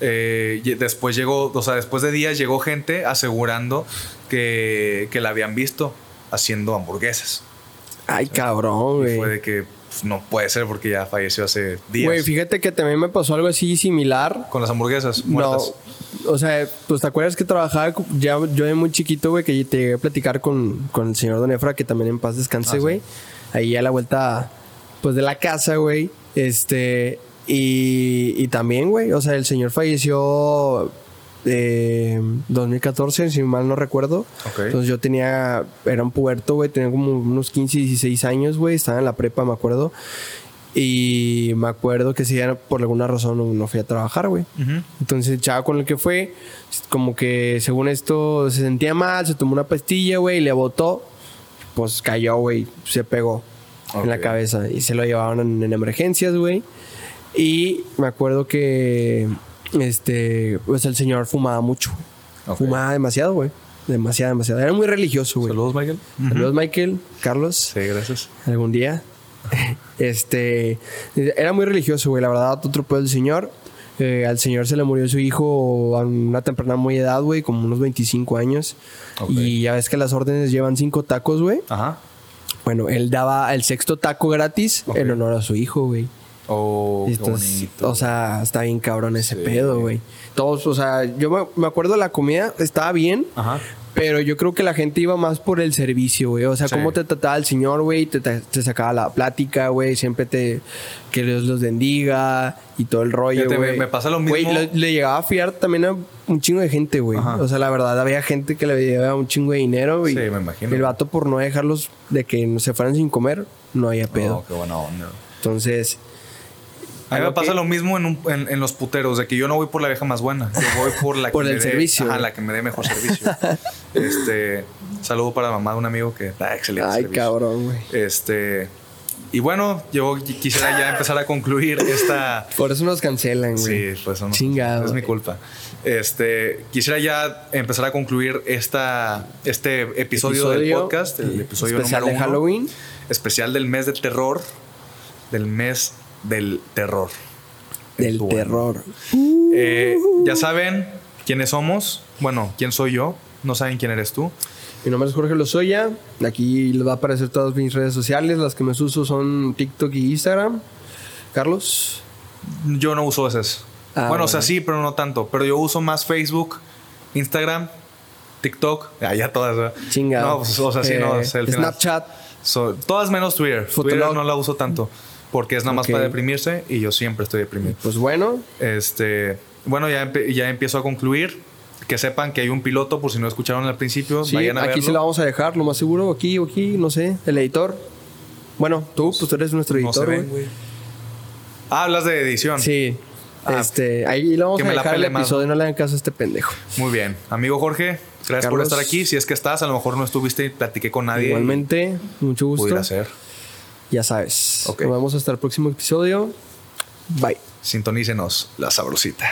Speaker 1: eh, y- después llegó, o sea, después de días llegó gente asegurando que, que la habían visto haciendo hamburguesas.
Speaker 2: Ay, cabrón,
Speaker 1: Y fue
Speaker 2: güey.
Speaker 1: de que pues, no puede ser porque ya falleció hace días.
Speaker 2: Güey, fíjate que también me pasó algo así similar.
Speaker 1: con las hamburguesas muertas.
Speaker 2: No. O sea, pues te acuerdas que trabajaba co- ya yo de muy chiquito, güey, que te llegué a platicar con, con el señor Don Efra, que también en paz
Speaker 1: Ah, sí.
Speaker 2: descanse, güey. Ahí a la vuelta, pues de la casa, güey. Este. Y, y también, güey, o sea, el señor falleció eh, 2014, si mal no recuerdo.
Speaker 1: Ok.
Speaker 2: Entonces yo tenía, era un puberto, güey, tenía como unos 15, 16 años, güey, estaba en la prepa, me acuerdo. Y me acuerdo que si ya por alguna razón no, no fui a trabajar, güey.
Speaker 1: Ujú.
Speaker 2: Entonces el chavo con el que fue, como que según esto se sentía mal, se tomó una pastilla, güey, y le botó. Pues cayó, güey, se pegó en la
Speaker 1: Ok.
Speaker 2: cabeza y se lo llevaron en, en emergencias, güey. Y me acuerdo que este, pues el señor fumaba mucho, güey.
Speaker 1: Ok.
Speaker 2: fumaba demasiado, güey. Demasiado, demasiado. Era muy religioso, güey.
Speaker 1: Saludos, Michael.
Speaker 2: Saludos, Michael, Carlos
Speaker 1: Sí, gracias.
Speaker 2: algún día. Este era muy religioso, güey. La verdad, otro pueblo del señor. Eh, al señor se le murió su hijo a una temprana muy edad, güey, como unos 25 años.
Speaker 1: Ok.
Speaker 2: Y ya ves que las órdenes llevan cinco tacos, güey.
Speaker 1: Ajá.
Speaker 2: Bueno, él daba el sexto taco gratis
Speaker 1: Ok.
Speaker 2: en honor a su hijo, güey.
Speaker 1: Oh, qué
Speaker 2: Entonces,
Speaker 1: bonito.
Speaker 2: O sea, está bien cabrón ese
Speaker 1: Sí.
Speaker 2: pedo, güey. Todos, o sea, yo me, me acuerdo la comida estaba bien,
Speaker 1: Ajá.
Speaker 2: pero yo creo que la gente iba más por el servicio, güey. O sea,
Speaker 1: Sí.
Speaker 2: cómo te trataba el señor, güey. Te, te- te sacaba la plática, güey. Siempre te... Que Dios los bendiga y todo el rollo,
Speaker 1: Fíjate, me-
Speaker 2: güey.
Speaker 1: me pasa lo mismo.
Speaker 2: Güey, lo- le llegaba a fiar también a un chingo de gente, güey.
Speaker 1: Ajá.
Speaker 2: O sea, la verdad, había gente que le llevaba un chingo de dinero, güey.
Speaker 1: Sí, me imagino.
Speaker 2: El vato por no dejarlos de que se fueran sin comer, no había pedo.
Speaker 1: Oh, qué buena onda.
Speaker 2: Entonces...
Speaker 1: A mí me
Speaker 2: Algo
Speaker 1: pasa
Speaker 2: que-
Speaker 1: lo mismo en, un- en- en los puteros, de que yo no voy por la vieja más buena, yo voy por la
Speaker 2: Por
Speaker 1: que
Speaker 2: el
Speaker 1: me
Speaker 2: servicio,
Speaker 1: Dé, ajá,
Speaker 2: güey.
Speaker 1: la que me dé mejor servicio. este, saludo para la mamá de un amigo que da excelente
Speaker 2: Ay,
Speaker 1: servicio.
Speaker 2: cabrón, güey.
Speaker 1: Este, y bueno, yo qui- quisiera ya empezar a concluir esta
Speaker 2: Por eso nos cancelan, güey.
Speaker 1: Sí, pues no.
Speaker 2: Chingado.
Speaker 1: Es mi culpa. Este, quisiera ya empezar a concluir esta, este episodio, del podcast, el episodio
Speaker 2: especial
Speaker 1: número
Speaker 2: de
Speaker 1: uno.
Speaker 2: Halloween.
Speaker 1: especial del mes del terror, del mes del terror.
Speaker 2: Del
Speaker 1: Bueno.
Speaker 2: terror.
Speaker 1: Eh, ya saben quiénes somos. Bueno, quién soy yo. No saben quién eres tú.
Speaker 2: Mi nombre es Jorge Lozoya. Aquí les va a aparecer todas mis redes sociales. Las que más uso son TikTok y Instagram. Carlos.
Speaker 1: Yo no uso esas.
Speaker 2: Ah,
Speaker 1: bueno, o sea,
Speaker 2: bueno.
Speaker 1: sí, pero no tanto. Pero yo uso más Facebook, Instagram, TikTok. Ah, ya todas. ¿verdad?
Speaker 2: Chinga.
Speaker 1: No, pues, o sea, sí, no. o sea, al final-
Speaker 2: Eh, Snapchat.
Speaker 1: So- todas menos Twitter.
Speaker 2: Fotolog.
Speaker 1: Twitter no la uso tanto. Porque es nada más
Speaker 2: Ok.
Speaker 1: para deprimirse y yo siempre estoy deprimido.
Speaker 2: Pues bueno.
Speaker 1: Este, bueno, ya, empe- ya empiezo a concluir. Que sepan que hay un piloto, por si no escucharon al principio,
Speaker 2: Sí,
Speaker 1: Pues vayan a
Speaker 2: aquí
Speaker 1: verlo.
Speaker 2: se la vamos a dejar, lo más seguro. Aquí o aquí, no sé. El editor. Bueno, tú, pues tú eres nuestro
Speaker 1: No se
Speaker 2: editor,
Speaker 1: ven,
Speaker 2: güey.
Speaker 1: güey. Ah, hablas de edición.
Speaker 2: Sí.
Speaker 1: Ah,
Speaker 2: este, ahí lo vamos
Speaker 1: que
Speaker 2: a
Speaker 1: me la
Speaker 2: dejar el
Speaker 1: pele más,
Speaker 2: episodio. No le hagan caso a este pendejo.
Speaker 1: Muy bien. Amigo Jorge, gracias por
Speaker 2: Carlos.
Speaker 1: estar aquí. Si es que estás, a lo mejor no estuviste y platiqué con nadie.
Speaker 2: Igualmente, mucho
Speaker 1: y
Speaker 2: gusto.
Speaker 1: Pudiera ser.
Speaker 2: Ya sabes.
Speaker 1: Ok.
Speaker 2: Nos vemos hasta el próximo episodio. Bye.
Speaker 1: Sintonícenos, la sabrosita.